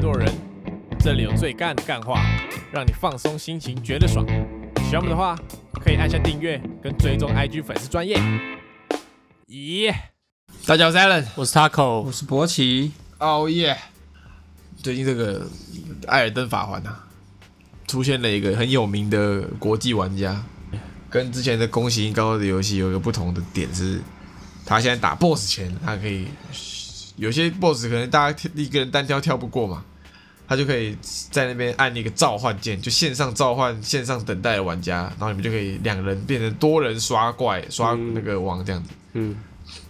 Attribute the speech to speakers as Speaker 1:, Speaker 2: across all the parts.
Speaker 1: 作人，这里有最干的干话，让你放松心情，觉得爽。喜欢我们的话，可以按下订阅跟追踪 IG 粉丝专业。咦、大家好，我是 Allen。
Speaker 2: 我是 Taco，
Speaker 3: 我是博奇，
Speaker 1: 哦耶！最近这个《艾尔登法环》啊，出现了一个很有名的国际玩家，跟之前的《宫崎英高》的游戏有一个不同的点是，他现在打 BOSS 前，他可以有些 BOSS 可能大家一个人单挑跳不过嘛，他就可以在那边按一个召唤键，就线上召唤线上等待的玩家，然后你们就可以两人变成多人刷怪刷那个王这样子。
Speaker 2: 嗯，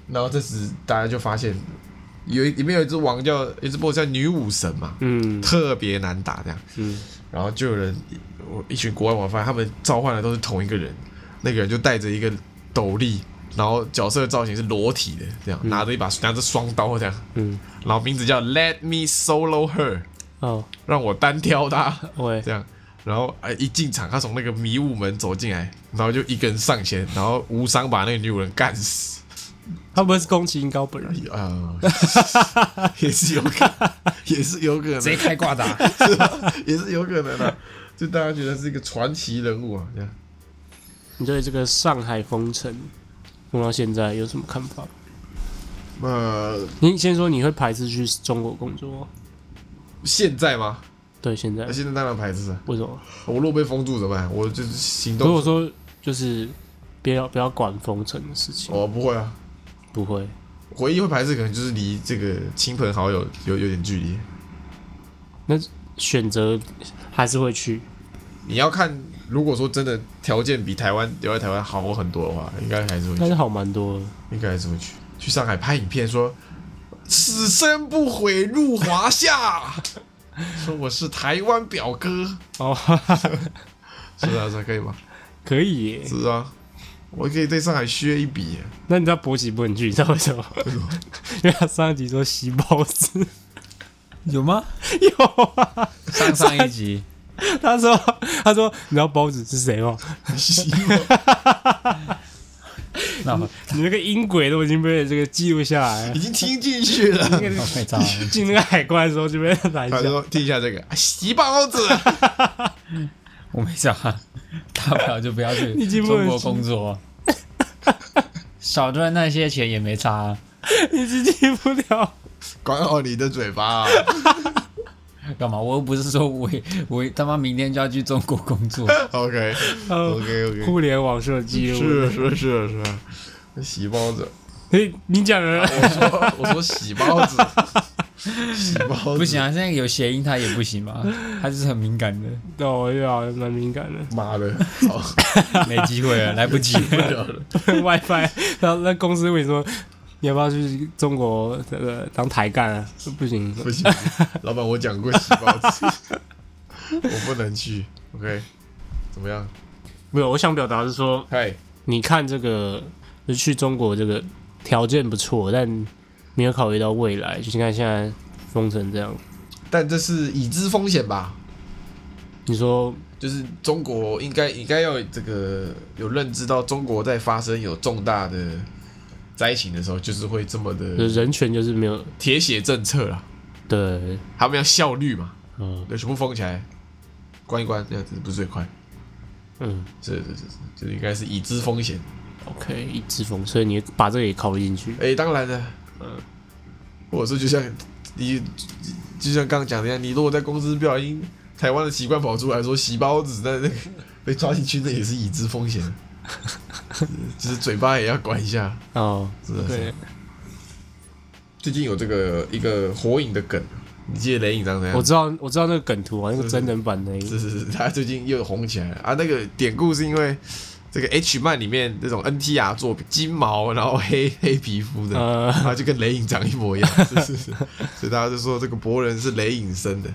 Speaker 1: 然后这时大家就发现，有一里面有一只王叫一只 BOSS 叫女武神嘛，
Speaker 2: 嗯
Speaker 1: 特别难打这样。
Speaker 2: 嗯，
Speaker 1: 然后就有人，我一群国外网发现他们召唤的都是同一个人，那个人就戴着一个斗笠，然后角色造型是裸体的，这样拿着一把拿着双刀这样，
Speaker 2: 嗯，
Speaker 1: 然后名字叫 Let Me Solo Her，
Speaker 2: 哦，
Speaker 1: 让我单挑她。
Speaker 2: 喂，
Speaker 1: 这样，然后哎一进场，他从那个迷雾门走进来，然后就一个人上前，然后无伤把那个女武人干死。
Speaker 2: 他不会是宫崎英高本人？
Speaker 1: 啊、也是有可，也是有可能，
Speaker 3: 直接开挂啊打，
Speaker 1: 是吧也是有可能的、就大家觉得是一个传奇人物啊，这样。
Speaker 2: 你对这个上海封城封到现在有什么看法？
Speaker 1: 那、
Speaker 2: 你先说你会排斥去中国工作吗？
Speaker 1: 现在吗？
Speaker 2: 对，现在
Speaker 1: 那现在当然排斥啊！
Speaker 2: 为什么？
Speaker 1: 我若被封住怎么办？我就是行
Speaker 2: 如
Speaker 1: 动
Speaker 2: 果。说就是不要不要管封城的事情，
Speaker 1: 我、哦、不会啊，
Speaker 2: 不会，
Speaker 1: 唯一会排斥可能就是离这个亲朋好友有有点距离。
Speaker 2: 那选择还是会去。
Speaker 1: 你要看，如果说真的条件比台湾留在台湾好很多的话，应该还是会去
Speaker 2: 但是好蛮多的，
Speaker 1: 应该还是会去。去上海拍影片说“此生不悔入华夏”， 说我是台湾表哥，
Speaker 2: 哦，哈哈
Speaker 1: 是啊，是啊，可以吗？
Speaker 2: 可以耶。
Speaker 1: 是啊，我可以对上海削一笔。
Speaker 2: 那你知道博喜不能去，你知道为什么？ 因为他上一集说吸包子，
Speaker 3: 有吗？
Speaker 2: 有啊。
Speaker 3: 上上一集，
Speaker 2: 他说：“他说，你知道包子是谁吗？
Speaker 3: 那我
Speaker 2: 你那个音轨都已经被这个记录下来 了
Speaker 1: 已。经听进去 了。
Speaker 3: 我没招，
Speaker 2: 进那个海关的时候就被拦下
Speaker 1: 他，说：“听一下这个洗包 子，
Speaker 3: 我没招，啊大不了就不要去
Speaker 2: 你进不
Speaker 3: 中
Speaker 2: 能
Speaker 3: 国
Speaker 2: 进
Speaker 3: 工作，少赚那些钱也没差啊，
Speaker 2: 你是进不了。
Speaker 1: 管好你的嘴巴、啊。
Speaker 3: 干嘛？我又不是说我我他妈明天就要去中国工 作，”
Speaker 1: OK
Speaker 2: 呃
Speaker 1: OK OK，
Speaker 2: 互联网设计，
Speaker 1: 是是是是，洗包子。
Speaker 2: 你你讲的
Speaker 1: 我说我说洗包 子，洗包子
Speaker 3: 不行啊！现在有谐音它也不行嘛，它就是很敏感的，
Speaker 2: 哦，我又好像蛮敏感 的。
Speaker 1: 妈的，好
Speaker 3: 没机会了，来不 及
Speaker 1: 不
Speaker 3: 了。
Speaker 1: 了了。
Speaker 2: WiFi，然后那公司问你说你要不要去中国这个当台干啊？说不 行，
Speaker 1: 不行，老板，我讲过洗包子， 我不能去。OK，怎么样？
Speaker 2: 没有。我想表达是说，
Speaker 1: 嗨，
Speaker 2: 你看这个就去中国这个条件不错，但没有考虑到未来，就是你看现在封城这样，
Speaker 1: 但这是已知风险吧？
Speaker 2: 你说
Speaker 1: 就是中国应该应该要这个有认知到，中国在发生有重大的灾情的时候，就是会这么
Speaker 2: 就
Speaker 1: 的
Speaker 2: 人权就是没有
Speaker 1: 铁血政策啦。
Speaker 2: 对，
Speaker 1: 他们要效率嘛，
Speaker 2: 嗯
Speaker 1: 对，全部封起来，关一关，这样子不是最快？
Speaker 2: 嗯
Speaker 1: 是是是是，这应该是已知风险。
Speaker 2: ，OK，一只风，所以你把这个也考虑进去。
Speaker 1: 哎、当然了，
Speaker 2: 嗯
Speaker 1: 我说就像你，就像刚刚讲的一样，你如果在公司不小心台湾的习惯跑出来说洗包子，那那 个被抓进去，那也是已知 风险。就是嘴巴也要管一下，
Speaker 2: 哦，
Speaker 1: 是的。是
Speaker 2: 对
Speaker 1: 的，最近有这个一个火影的梗，你记得雷影长怎样？
Speaker 2: 我知道，我知道那个梗图啊，那个真人版的，
Speaker 1: 是是是，他最近又红起来了啊！那个典故是因为这个 H 漫里面这种 NTR 作品，金毛然后黑黑皮肤的，
Speaker 2: 呃
Speaker 1: 然后就跟雷影长一模一样，是是 是，所以大家就说这个博人是雷影生的。啊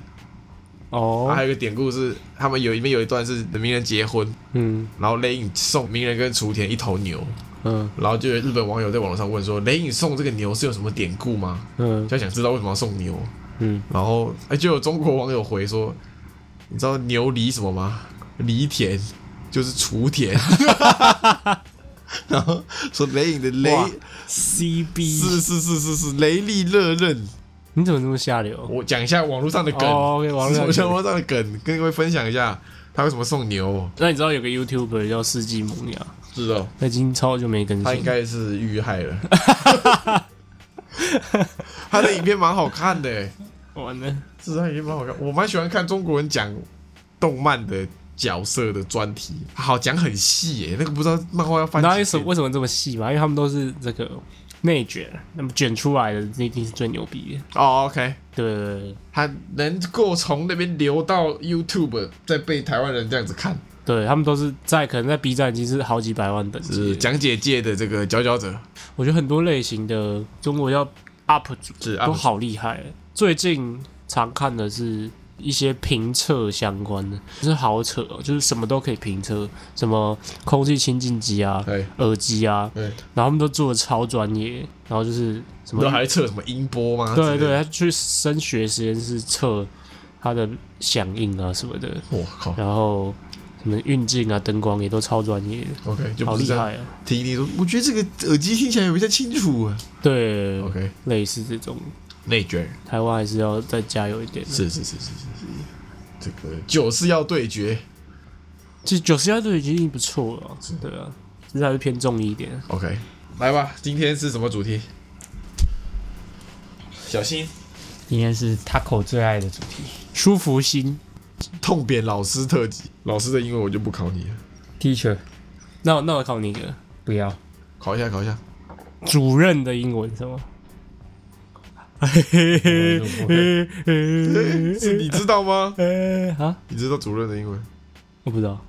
Speaker 1: 还
Speaker 2: 哦，
Speaker 1: 有一个典故是，他们有里面有一段是鸣人结婚，
Speaker 2: 嗯
Speaker 1: 然后雷影送鸣人跟雏田一头牛，
Speaker 2: 嗯
Speaker 1: 然后就有日本网友在网络上问说，雷影送这个牛是有什么典故吗？
Speaker 2: 嗯
Speaker 1: 就想知道为什么要送牛，
Speaker 2: 嗯，
Speaker 1: 然后哎、就有中国网友回说，你知道牛犁什么吗？犁田就是雏田， 然后说雷影的雷
Speaker 2: 哇 CB
Speaker 1: 是是是是是雷利热刃，
Speaker 2: 你怎么这么下流？
Speaker 1: 我讲一下网络上的梗，
Speaker 2: 哦，OK，网络上的梗
Speaker 1: 我想网络上的梗，跟各位分享一下，他为什么送牛？
Speaker 2: 那你知道有个 YouTuber 叫世纪萌芽，
Speaker 1: 知道，
Speaker 2: 他已经超久没更
Speaker 1: 他应
Speaker 2: 新，
Speaker 1: 该是遇害 了。他的影片蛮好看的、欸，
Speaker 2: 完了，
Speaker 1: 是他影片蛮好看，我蛮喜欢看中国人讲动漫的角色的专题，好讲很细耶、那个不知道漫画要翻
Speaker 2: 然后为
Speaker 1: 几
Speaker 2: 什么
Speaker 1: 遍
Speaker 2: 为什么这么细嘛？因为他们都是这个内卷，那么卷出来的那一定是最牛逼的。
Speaker 1: 哦，OK，
Speaker 2: 对对对
Speaker 1: 他能够从那边流到 YouTube，再被台湾人这样子看，
Speaker 2: 对，他们都是在可能在 B 站已经是好几百万等
Speaker 1: 是
Speaker 2: 级了。
Speaker 1: 讲解界的这个佼佼者，
Speaker 2: 我觉得很多类型的中国要 UP 主
Speaker 1: 是
Speaker 2: 都
Speaker 1: UP 主
Speaker 2: 好厉害。最近常看的是一些评测相关的，就是好扯、哦，就是什么都可以评测，什么空气清净机啊、
Speaker 1: 对
Speaker 2: 耳机啊，
Speaker 1: 对，
Speaker 2: 然后他们都做的超专业，然后就是什么
Speaker 1: 然后还测什么音波吗？
Speaker 2: 对对，，他去声学实验室测它的响应啊什么的，
Speaker 1: 我靠
Speaker 2: 然后什么运镜啊、灯光也都超专业的，
Speaker 1: ，OK，就
Speaker 2: 好
Speaker 1: 不是
Speaker 2: 厉
Speaker 1: 这样
Speaker 2: 害啊！
Speaker 1: 听一听说，我觉得这个耳机听起来有比较清楚啊。
Speaker 2: 对
Speaker 1: OK，
Speaker 2: 类似这种，
Speaker 1: 内卷
Speaker 2: 台湾还是要再加油一点的。
Speaker 1: 是是是是是是，这个九是要对决
Speaker 2: 其实九十二度已经不错了，对啊，只是还是偏重一点。
Speaker 1: ，OK，来吧，今天是什么主题？小心
Speaker 3: 今天是 Taco 最爱的主题。
Speaker 2: 舒服心，
Speaker 1: 痛扁老师特辑，老师的英文我就不考你了，
Speaker 3: Teacher
Speaker 2: 那我那我考你一个，
Speaker 3: 不要，
Speaker 1: 考一下 考一下，
Speaker 2: 主任的英文是吗？
Speaker 3: 我就不会
Speaker 1: 是你知道吗？
Speaker 2: 呃啊，
Speaker 1: 你知道主任的英文
Speaker 2: 我不知道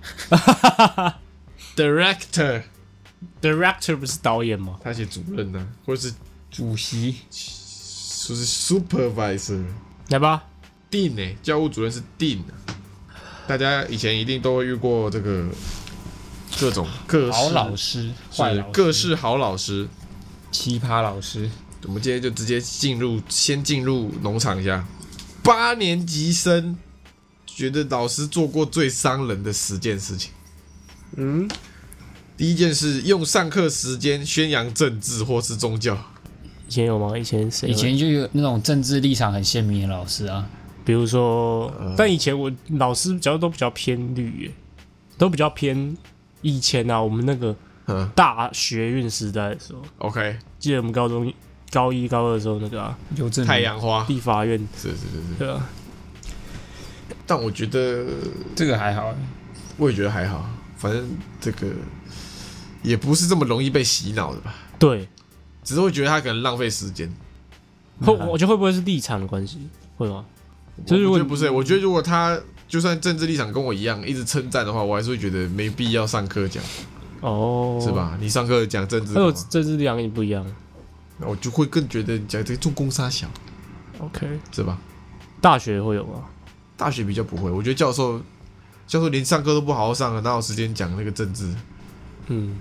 Speaker 1: ？Director，
Speaker 2: ，director 不是导演吗？
Speaker 1: 他写主任呢、或是
Speaker 3: 主席
Speaker 1: 说是 supervisor。
Speaker 2: 来吧，
Speaker 1: 定呢、教务主任是定、大家以前一定都会遇过这个各种各式
Speaker 3: 好老师，坏
Speaker 1: 是
Speaker 3: 老师，
Speaker 1: 各式好老师。
Speaker 3: 奇葩老师，
Speaker 1: 我们今天就直接进入，先进入农场一下。八年级生觉得老师做过最伤人的十件事情。
Speaker 2: 嗯，
Speaker 1: 第一件事，用上课时间宣扬政治或是宗教。
Speaker 2: 以前有吗？以前谁会？
Speaker 3: 以前就有那种政治立场很鲜明的老师啊，
Speaker 2: 比如说，但以前我老师比较都比较偏绿耶，都比较偏。以前啊，我们那个
Speaker 1: 嗯
Speaker 2: 大学运时代的时候，
Speaker 1: ，OK，
Speaker 2: 记得我们高中高一高二的时候那个啊，
Speaker 3: 邮政
Speaker 1: 太阳花，
Speaker 2: 立法院
Speaker 1: 是是是是。
Speaker 2: 对啊，
Speaker 1: 但我觉得
Speaker 3: 这个还好，
Speaker 1: 我也觉得还好，反正这个也不是这么容易被洗脑的吧，
Speaker 2: 对，
Speaker 1: 只是会觉得他可能浪费时间。
Speaker 2: 会 我觉得会不会是立场的关系？会吗？
Speaker 1: 其
Speaker 2: 就是如
Speaker 1: 我
Speaker 2: 果
Speaker 1: 觉得不是，我觉得如果他就算政治立场跟我一样一直称赞的话，我还是会觉得没必要上课讲，
Speaker 2: 哦，
Speaker 1: 是？吧？你上课讲政治
Speaker 2: 那
Speaker 1: 干
Speaker 2: 我
Speaker 1: 嘛，
Speaker 2: 政治立场跟你不一样。
Speaker 1: 那我就会更觉得你讲这个重攻杀小，
Speaker 2: OK，
Speaker 1: 是吧？
Speaker 2: 大学会有吗？
Speaker 1: 大学比较不会，我觉得教授教授连上课都不好好上了，哪有时间讲那个政治？
Speaker 2: 嗯，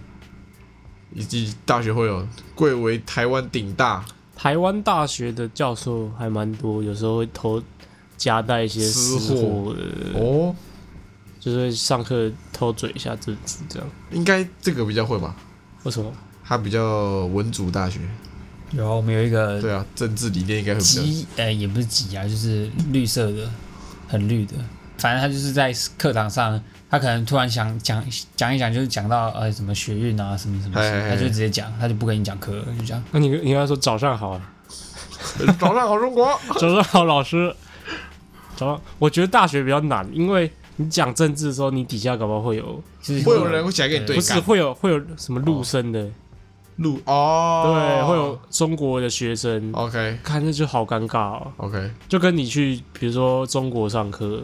Speaker 1: 以及大学会有贵为台湾顶大
Speaker 2: 台湾大学的教授还蛮多，有时候会偷夹带一些
Speaker 1: 私
Speaker 2: 私
Speaker 1: 货
Speaker 2: 货的，
Speaker 1: 哦，
Speaker 2: 就是会上课偷嘴一下政治这样。
Speaker 1: 应该这个比较会吧？
Speaker 2: 为什么？
Speaker 1: 他比较文主大学，
Speaker 3: 有啊我们有一个
Speaker 1: 对啊，政治理念应该会比较。
Speaker 3: 极，呃，也不是极啊，就是绿色的，很绿的。反正他就是在课堂上，他可能突然想讲讲一讲，就是讲到呃什么学运啊，什么什么
Speaker 1: 嘿嘿嘿
Speaker 3: 他就直接讲，他就不跟你讲课了，就这样。
Speaker 2: 那你你刚才说早上好 啊，
Speaker 1: 早 上好，中国。
Speaker 2: 早上好老师，早上我觉得大学比较难，因为你讲政治的时候，你底下搞不好会有，
Speaker 3: 就是
Speaker 1: 会有人会起来跟你对
Speaker 2: 不是
Speaker 1: 干，哦
Speaker 2: 会有会有什么陆生的。
Speaker 1: 录哦，
Speaker 2: 对，会有中国的学生，
Speaker 1: OK
Speaker 2: 看这就好尴尬哦，
Speaker 1: OK，
Speaker 2: 就跟你去比如说中国上课，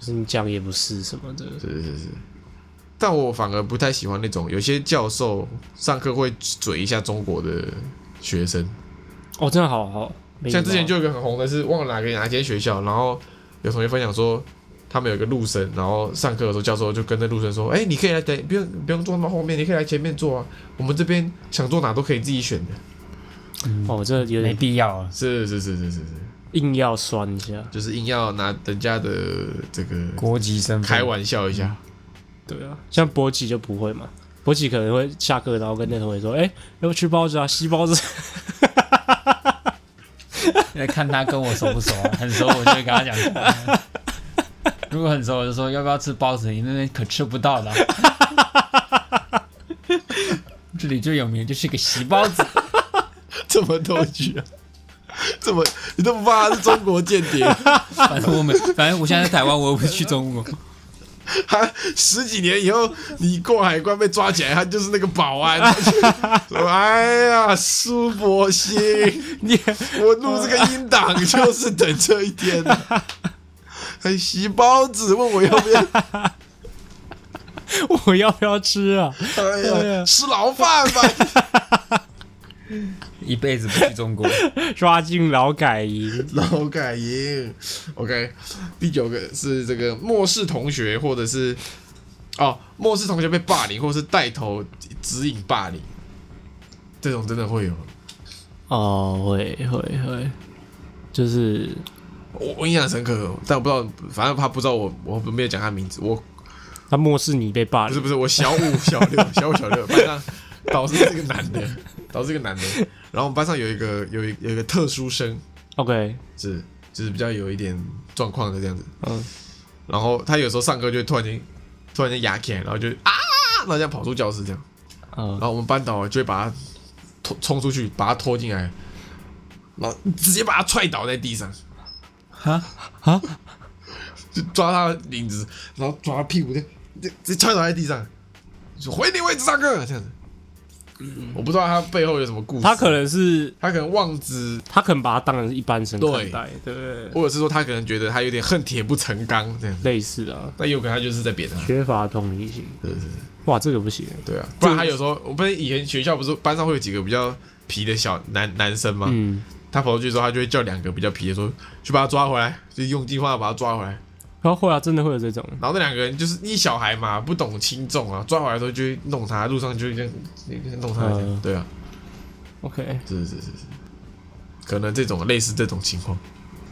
Speaker 2: 就是你讲也不是什么的，
Speaker 1: 是是是。但我反而不太喜欢那种有些教授上课会嘴一下中国的学生，
Speaker 2: 哦，真的好好，没礼貌
Speaker 1: 像之前就有一个很红的是忘了哪个哪间学校，然后有同学分享说。他们有一个陆生，然后上课的时候，教授就跟那陆生说：“哎、你可以来等，不用不用坐那么后面，你可以来前面坐啊。我们这边想坐哪都可以自己选的。
Speaker 2: 哦，这有
Speaker 3: 没
Speaker 2: 点
Speaker 3: 必要啊”。
Speaker 1: 是是是是是是。
Speaker 2: 硬要酸一下，
Speaker 1: 就是硬要拿人家的这个
Speaker 3: 国籍身份
Speaker 1: 开玩笑一下，
Speaker 2: 对啊，像博奇就不会嘛，博奇可能会下课然后跟那同学说，哎，要不要吃包子啊，西包子，
Speaker 3: 来看他跟我熟 不熟、啊，很熟我就会跟他讲。如果很熟，我就说要不要吃包子？你那边可吃不到的 啊。这里最有名就是个席包子，
Speaker 1: 这么逗趣啊！这么你都不怕他是中国间谍？
Speaker 3: 反正 我每反正我现在在台湾，我又不去中国。
Speaker 1: 他十几年以后你过海关被抓起来，他就是那个保安。 说哎呀，苏博兴，
Speaker 2: 你
Speaker 1: 我录这个音档就是等这一天、 啊。还洗包子，问我要不要？
Speaker 2: 我要不要吃啊？
Speaker 1: 哎呀，吃牢饭吧。
Speaker 3: 一辈子不去中国，
Speaker 2: 抓进劳改营。
Speaker 1: 劳改营，OK。第九个是这个漠视同学，或者是哦，漠视同学被霸凌，或是带头指引霸凌，这种真的会有。
Speaker 2: 哦，会会会，就是
Speaker 1: 我我印象深刻，哦但我不知道，反正他不知道我，我没有讲他名字。我
Speaker 2: 他漠视你被霸
Speaker 1: 不
Speaker 2: 凌
Speaker 1: 是，不是，我小五、小六、小五、小六，班上导师是个男的，导师是个男的。然后我们班上有一个有一有一个特殊生，
Speaker 2: OK，
Speaker 1: 是就是比较有一点状况的这样子。
Speaker 2: 嗯，
Speaker 1: 然后他有时候上课就会突然间突然间牙起来，然后就啊，然后这样跑出教室这样。
Speaker 2: 嗯
Speaker 1: 然后我们班导就会把他拖冲出去，把他拖进来，然后直接把他踹倒在地上，
Speaker 3: 哈，
Speaker 1: 就抓他的领子，然后抓他屁股，就就直接踹倒在地上，就回你位置上课这样子。我不知道他背后有什么故事，
Speaker 2: 他可能是
Speaker 1: 他可能望子，
Speaker 2: 他可能把他当成一般生
Speaker 1: 对
Speaker 2: 看待，对不对？
Speaker 1: 或者是说他可能觉得他有点恨铁不成钢这样子，
Speaker 2: 类似啊，
Speaker 1: 但有可能他就是在扁他。
Speaker 2: 缺乏同理心。
Speaker 1: 对对对
Speaker 2: 哇，这个不行。
Speaker 1: 对啊，不然他有时候，我不是以前学校不是班上会有几个比较皮的小男男生吗？
Speaker 2: 嗯，
Speaker 1: 他跑出去之后，他就会叫两个比较皮的说去把他抓回来，就用尽方法把他抓回来。
Speaker 2: 然后会啊，真的会有这种，
Speaker 1: 然后那两个人就是一小孩嘛，不懂轻重啊，抓回来的时候就会弄他，路上就会这样这样弄他这样。
Speaker 2: 嗯
Speaker 1: 对啊，
Speaker 2: OK，
Speaker 1: 是是是是，是可能这种类似这种情况，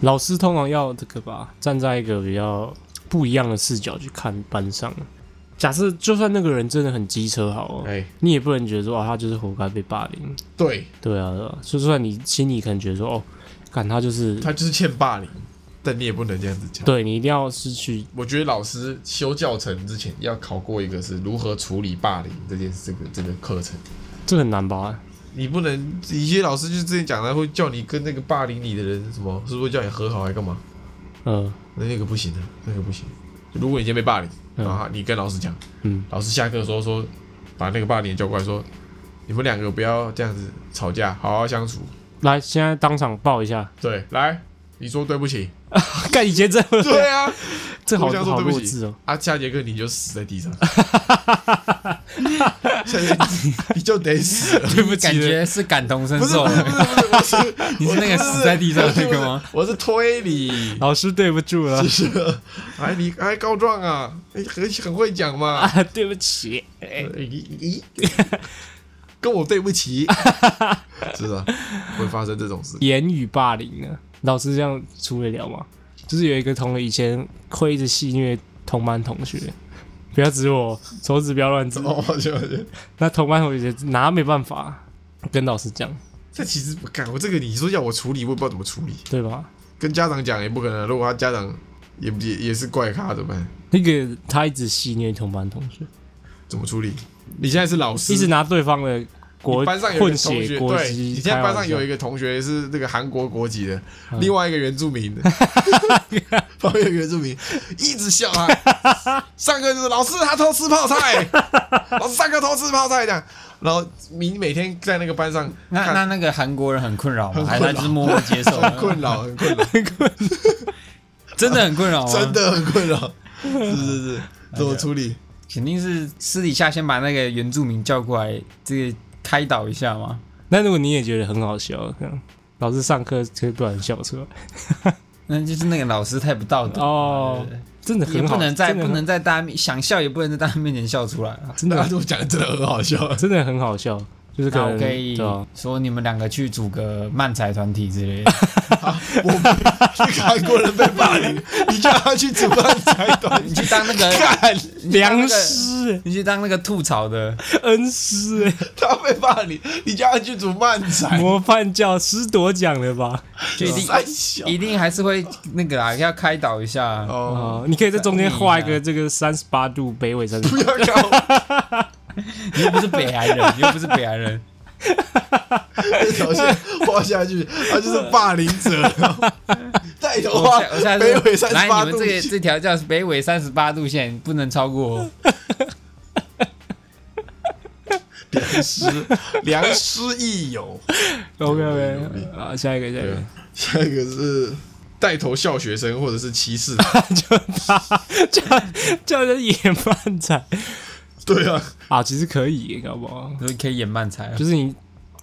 Speaker 2: 老师通常要这个吧，站在一个比较不一样的视角去看班上。假设就算那个人真的很机车好了，
Speaker 1: 哎，
Speaker 2: 你也不能觉得说啊，他就是活该被霸凌。
Speaker 1: 对
Speaker 2: 对啊，对啊就算你心里可能觉得说哦，看他就是，
Speaker 1: 他就是欠霸凌，但你也不能这样子讲。
Speaker 2: 对你一定要失去
Speaker 1: 我觉得老师修教程之前要考过一个是如何处理霸凌这件这个这个课程。
Speaker 2: 这很难吧？
Speaker 1: 你不能，一些老师就是之前讲的，会叫你跟那个霸凌你的人什么，是不是叫你和好还干嘛？
Speaker 2: 嗯
Speaker 1: 那那个不行的，那个不行。如果你今天被霸凌，
Speaker 2: 嗯
Speaker 1: 然后你跟老师讲，
Speaker 2: 嗯，
Speaker 1: 老师下课的时候说，把那个霸凌的叫过来说，你们两个不要这样子吵架，好好相处。
Speaker 2: 来，现在当场抱 一下。
Speaker 1: 对，来，你说对不起。
Speaker 2: 干以前真的
Speaker 1: 对啊，
Speaker 2: 这好
Speaker 1: 互相说
Speaker 2: 好
Speaker 1: 对不
Speaker 2: 弱
Speaker 1: 起
Speaker 2: 智哦。
Speaker 1: 啊，下节课你就死在地 上，下节课你就得死了。
Speaker 2: 对不
Speaker 3: 感
Speaker 2: 人
Speaker 3: 觉是 感同身
Speaker 1: 不是
Speaker 3: 受
Speaker 1: 不。是不是不是，哦我是
Speaker 3: 你是那个死在地上的那个吗？
Speaker 1: 我是推理。
Speaker 2: 老师对不住 了
Speaker 1: 就是，哎，你还告状啊？哎很很会讲嘛？
Speaker 2: 啊，对不起。
Speaker 1: 哎咦咦，跟我对不起，是啊，会发生这种事。
Speaker 2: 言语霸凌呢？老师这样处理得了吗？就是有一个同学以前会一直戏虐同班同学，不要指我，手指不要乱指。
Speaker 1: 哦，就就
Speaker 2: 那同班同学拿没办法跟老师讲，
Speaker 1: 这其实不干，我这个你说要我处理，我也不知道怎么处理。
Speaker 2: 对吧？
Speaker 1: 跟家长讲也不可能，如果他家长也也也是怪咖怎么办？
Speaker 2: 那个他一直戏虐同班同学，
Speaker 1: 怎么处理？你现在是老师，
Speaker 2: 一直拿对方的国
Speaker 1: 你班上有一
Speaker 2: 混
Speaker 1: 个同
Speaker 2: 血
Speaker 1: 学，
Speaker 2: 国
Speaker 1: 对，
Speaker 2: 籍
Speaker 1: 你现
Speaker 2: 开
Speaker 1: 在
Speaker 2: 玩笑，嗯
Speaker 1: 班上有一个同学是那个韩国国籍的，另外一个原住民 的，旁边有一个原住民一直笑他，上课就是老师他偷吃泡 菜，老师上课偷吃泡菜这样，然后你每天在那个班上
Speaker 3: 那那
Speaker 1: 看
Speaker 3: 那个韩国人很困扰吗？
Speaker 1: 很
Speaker 3: 还是
Speaker 1: 困扰
Speaker 3: 他就是默默接受？
Speaker 1: 很困扰，很困扰，
Speaker 3: 真的很困
Speaker 2: 啊
Speaker 3: 扰吗？
Speaker 1: 真，的很困扰，是是
Speaker 2: 哎
Speaker 1: 是，怎么处理？
Speaker 3: 肯定是私底下先把那个原住民叫过来，这个开导一下嘛。
Speaker 2: 那如果你也觉得很好笑，这样老师上课就会不然笑出来。
Speaker 3: 那就是那个老师太不道德，
Speaker 2: 哦，真的
Speaker 3: 也
Speaker 2: 很好，
Speaker 3: 不能在
Speaker 2: 真的
Speaker 3: 不
Speaker 2: 很
Speaker 3: 能在大家面想笑，也不能在大家面前笑出来啊。
Speaker 2: 真的
Speaker 1: 大家都讲的真的很好笑，
Speaker 2: 真的很好笑，就是可
Speaker 3: 那我
Speaker 2: 能
Speaker 3: 可以
Speaker 2: 对啊，
Speaker 3: 说你们两个去组个漫才团体之类的，
Speaker 1: 啊，我们去韩国人被霸凌，你叫他去主办财 团，
Speaker 3: 你去当那个，
Speaker 1: 干，
Speaker 2: 良师欸
Speaker 3: 你去当那个吐 槽的，
Speaker 2: 恩师欸，
Speaker 1: 他被霸凌，你叫他去主办财，
Speaker 2: 模范教师夺奖了吧？
Speaker 3: 就一定
Speaker 1: 三小
Speaker 3: 一定还是会那 个啦，要开导一下。啊
Speaker 1: 哦，
Speaker 2: 哦，你可以在中间画一个这个三十八度北纬三 十
Speaker 1: 不，要搞
Speaker 3: 你又不是北韩人，你又不是北韩 人，
Speaker 1: 这条线画下去，他就是霸凌者， 带头画
Speaker 3: 我下我下次
Speaker 1: 北纬三
Speaker 3: 来
Speaker 1: 十八
Speaker 3: 你
Speaker 1: 度
Speaker 3: 们这个这条叫北纬三十八度线，不能超过。
Speaker 1: 良师，良师益友。
Speaker 2: OK OK，啊，下一个下一个，
Speaker 1: 下一个是带头笑学生或者是歧视，
Speaker 2: 就他叫叫人野蛮仔
Speaker 1: 对啊，
Speaker 2: 啊，其实可以耶，搞不好
Speaker 3: 所以可以演慢才，啊
Speaker 2: 就是你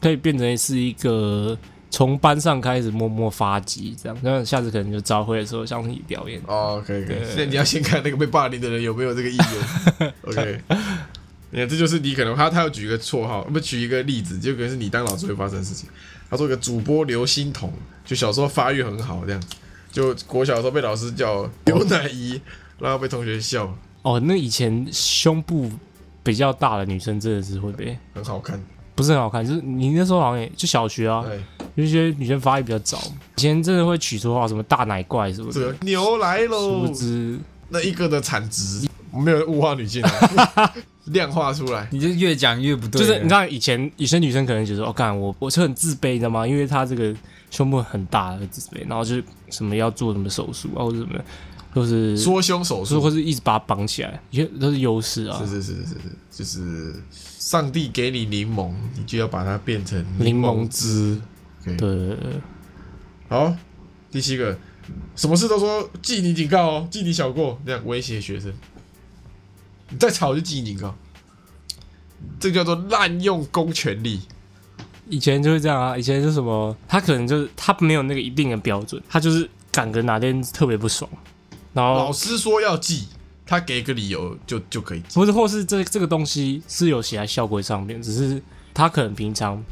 Speaker 2: 可以变成是一个从班上开始默默发迹这样，那下次可能就招会的时候向你表演。
Speaker 1: 哦，可以可以，那你要先看那个被霸凌的人有没有这个意 愿，OK。你看，这就是你可能他他要举一个绰号，不举一个例子，就可能是你当老师会发生的事情。他说有个主播刘欣彤，就小时候发育很好，这样，就国小的时候被老师叫牛奶姨，然后被同学笑，
Speaker 2: 哦，那以前胸部比较大的女生真的是会被
Speaker 1: 很好看。
Speaker 2: 不是很好看，就是你那时候好像也就小学啊，
Speaker 1: 对，
Speaker 2: 有一些女生发育比较早，以前真的会取绰号什么大奶怪什么
Speaker 1: 这
Speaker 2: 的，
Speaker 1: 个牛来
Speaker 2: 殊
Speaker 1: 喽
Speaker 2: 不，知
Speaker 1: 那一个的产值没有物化女性啊， 量化出来。
Speaker 3: 你就越讲越不对啊
Speaker 2: 就
Speaker 3: 了。
Speaker 2: 是你知道以前以前女生可能觉得哦，干我我是很自卑，你知道吗？因为她这个胸部很大，很自卑，然后就是什么要做什么手术啊，或者什么，或是
Speaker 1: 缩胸手
Speaker 2: 说或
Speaker 1: 术，
Speaker 2: 是一直把它绑起来，也都是优势啊
Speaker 1: 是。是是是是，就是上帝给你柠檬，你就要把它变成
Speaker 2: 柠
Speaker 1: 檬
Speaker 2: 檬
Speaker 1: 汁。OK，
Speaker 2: 对对，对对
Speaker 1: 好，第七个，什么事都说记你警告哦，记你小过，这样威胁学生，你再吵我就记你警告，这叫做滥用公权力。
Speaker 2: 以前就是这样啊，以前就什么，他可能就是他没有那个一定的标准，他就是感觉哪天特别不爽，然后
Speaker 1: 老师说要记，他给个理由就就可以记。
Speaker 2: 不是，或是这这个东西是有写在校规上面，只是他可能平常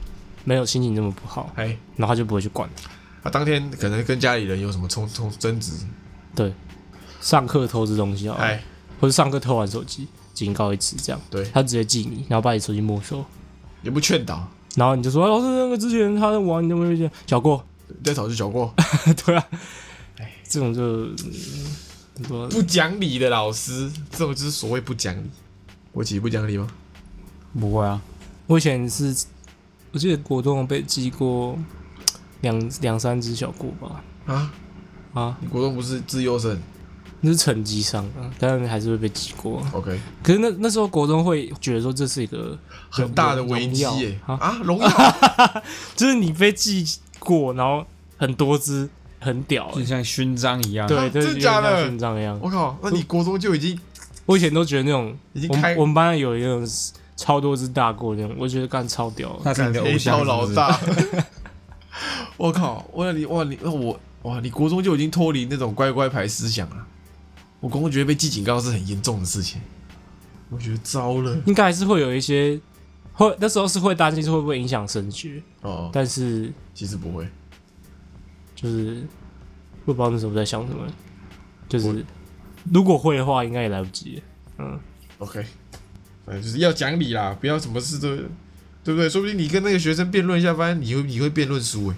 Speaker 2: 没有心情那么不好，
Speaker 1: 哎，
Speaker 2: 然后他就不会去管。
Speaker 1: 他啊当天可能跟家里人有什么冲冲争执，
Speaker 2: 对，上课偷吃东西啊，
Speaker 1: 哎，
Speaker 2: 或者上课偷玩手机，警告一次这样，
Speaker 1: 对，
Speaker 2: 他直接记你，然后把你手机没收，
Speaker 1: 也不劝导，
Speaker 2: 然后你就说、哎老师那个之前他在玩，你都没有见小过，
Speaker 1: 再吵就小过。
Speaker 2: 对啊，这种就、嗯怎么说
Speaker 1: 不讲理的老师，这种就是所谓不讲理。我姐不讲理吗？
Speaker 3: 不会啊？
Speaker 2: 我以前是，我记得国中被记过两两三只小过吧，
Speaker 1: 啊，
Speaker 2: 啊，
Speaker 1: 你国中不是自优生
Speaker 2: 那是成绩上啊，但还是会被记过。
Speaker 1: ？OK，
Speaker 2: 可是那那时候国中会觉得说这是一个，
Speaker 1: 很大的危机
Speaker 2: 荣耀
Speaker 1: 耶、
Speaker 2: 啊
Speaker 1: 啊！荣耀
Speaker 2: 就是你被记过，然后很多只，很屌、
Speaker 3: 就
Speaker 2: 欸。
Speaker 3: 像勋章一样。啊
Speaker 2: 对，
Speaker 1: 啊真
Speaker 2: 对，
Speaker 1: 的假的
Speaker 2: 就像勋章一样。
Speaker 1: 我靠，那你国中就已经
Speaker 2: 我以前都觉得那种，
Speaker 1: 已经
Speaker 2: 我
Speaker 1: 开
Speaker 2: 们我们班有一种超多只大过那种，我觉得干超屌。
Speaker 3: 那是你的偶
Speaker 1: 黑
Speaker 3: 像
Speaker 1: 道老
Speaker 3: 是不是，
Speaker 1: 大。 我靠！哇你哇你那我哇你国中就已经脱离那种乖乖牌思想了。我国中觉得被记警告是很严重的事情，我觉得糟了
Speaker 2: 应该还是会有一些，会那时候是会担心是会不会影响升学，
Speaker 1: 哦。
Speaker 2: 但是
Speaker 1: 其实不会，
Speaker 2: 就是不知道那时候在想什么，就是如果会的话，应该也来不及了。
Speaker 1: OK，反正就是要讲理啦，不要什么事都，对不对？说不定你跟那个学生辩论一下，发现你会你会辩论输哎、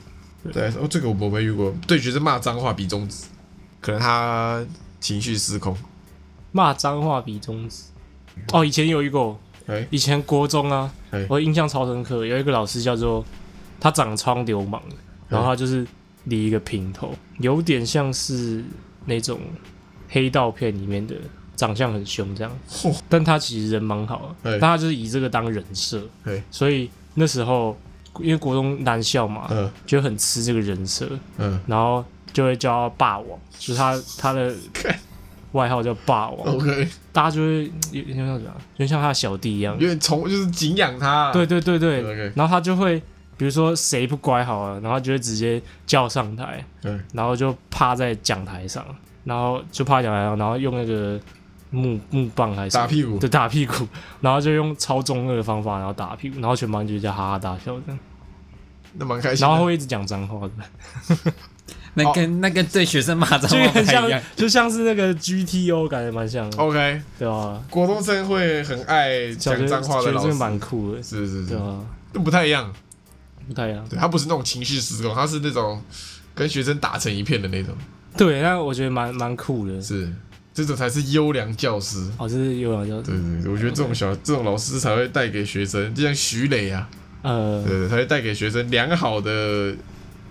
Speaker 1: 对，哦，这个我们没遇过，对学生骂脏话比中指，可能他情绪失控。
Speaker 2: 骂脏话比中指。哦，以前有一个，
Speaker 1: 哎
Speaker 2: 以前国中啊
Speaker 1: 哎，
Speaker 2: 我印象超深刻，有一个老师叫做他长得超流氓
Speaker 1: 哎
Speaker 2: 的，然后他就是理一个平头，有点像是那种黑道片里面的长相很凶这样
Speaker 1: 嚯，
Speaker 2: 但他其实人蛮好
Speaker 1: 哦哎
Speaker 2: 的，但他就是以这个当人设
Speaker 1: 哎，
Speaker 2: 所以那时候因为国中男校嘛，
Speaker 1: 嗯
Speaker 2: 就很吃这个人设，
Speaker 1: 嗯
Speaker 2: 然后就会叫他霸王，就是他 他的外号叫霸王。
Speaker 1: ，OK，
Speaker 2: 大家就会嗯有有点像怎样，就像他的小弟一样
Speaker 1: 有。点崇就是敬仰他。
Speaker 2: 哦
Speaker 1: 啊
Speaker 2: 对，对对对，
Speaker 1: OK
Speaker 2: 然后他就会，比如说谁不乖好了，然后就会直接叫上台，
Speaker 1: 嗯
Speaker 2: 然后就趴在讲台上，然后就趴讲台上，然后用那个木木棒还是什么
Speaker 1: 打屁股
Speaker 2: 对，打屁股， 然后就用超中二的方法，然后打屁股，然后 全班就叫哈哈大笑这样，
Speaker 1: 那蛮开心的。
Speaker 2: 然后会一直讲脏话的，
Speaker 3: 那跟那跟对学生骂脏
Speaker 2: 就
Speaker 3: 话不
Speaker 2: 很
Speaker 3: 太
Speaker 2: 像
Speaker 3: 一样。，
Speaker 2: 就像是那个 GTO 感觉蛮像的，
Speaker 1: OK，
Speaker 2: 对吧？
Speaker 1: 国中生会很爱
Speaker 2: 小
Speaker 1: 哦讲
Speaker 2: 学
Speaker 1: 脏话的
Speaker 2: 学
Speaker 1: 老
Speaker 2: 生
Speaker 1: 师，
Speaker 2: 蛮酷的，
Speaker 1: 是是是
Speaker 2: 对，啊吧？
Speaker 1: 那不太一样。
Speaker 2: 不太一样。
Speaker 1: 对他不是那种情绪失控，他是那种跟学生打成一片的那种，
Speaker 2: 对，那我觉得蛮蛮酷的。
Speaker 1: 是这种才是优良教师。
Speaker 2: 哦，这是有两叫
Speaker 1: 对对对，我觉得这种小这种老师才会带给学生，就像徐磊啊，
Speaker 2: 呃
Speaker 1: 对，对，才会带给学生良好的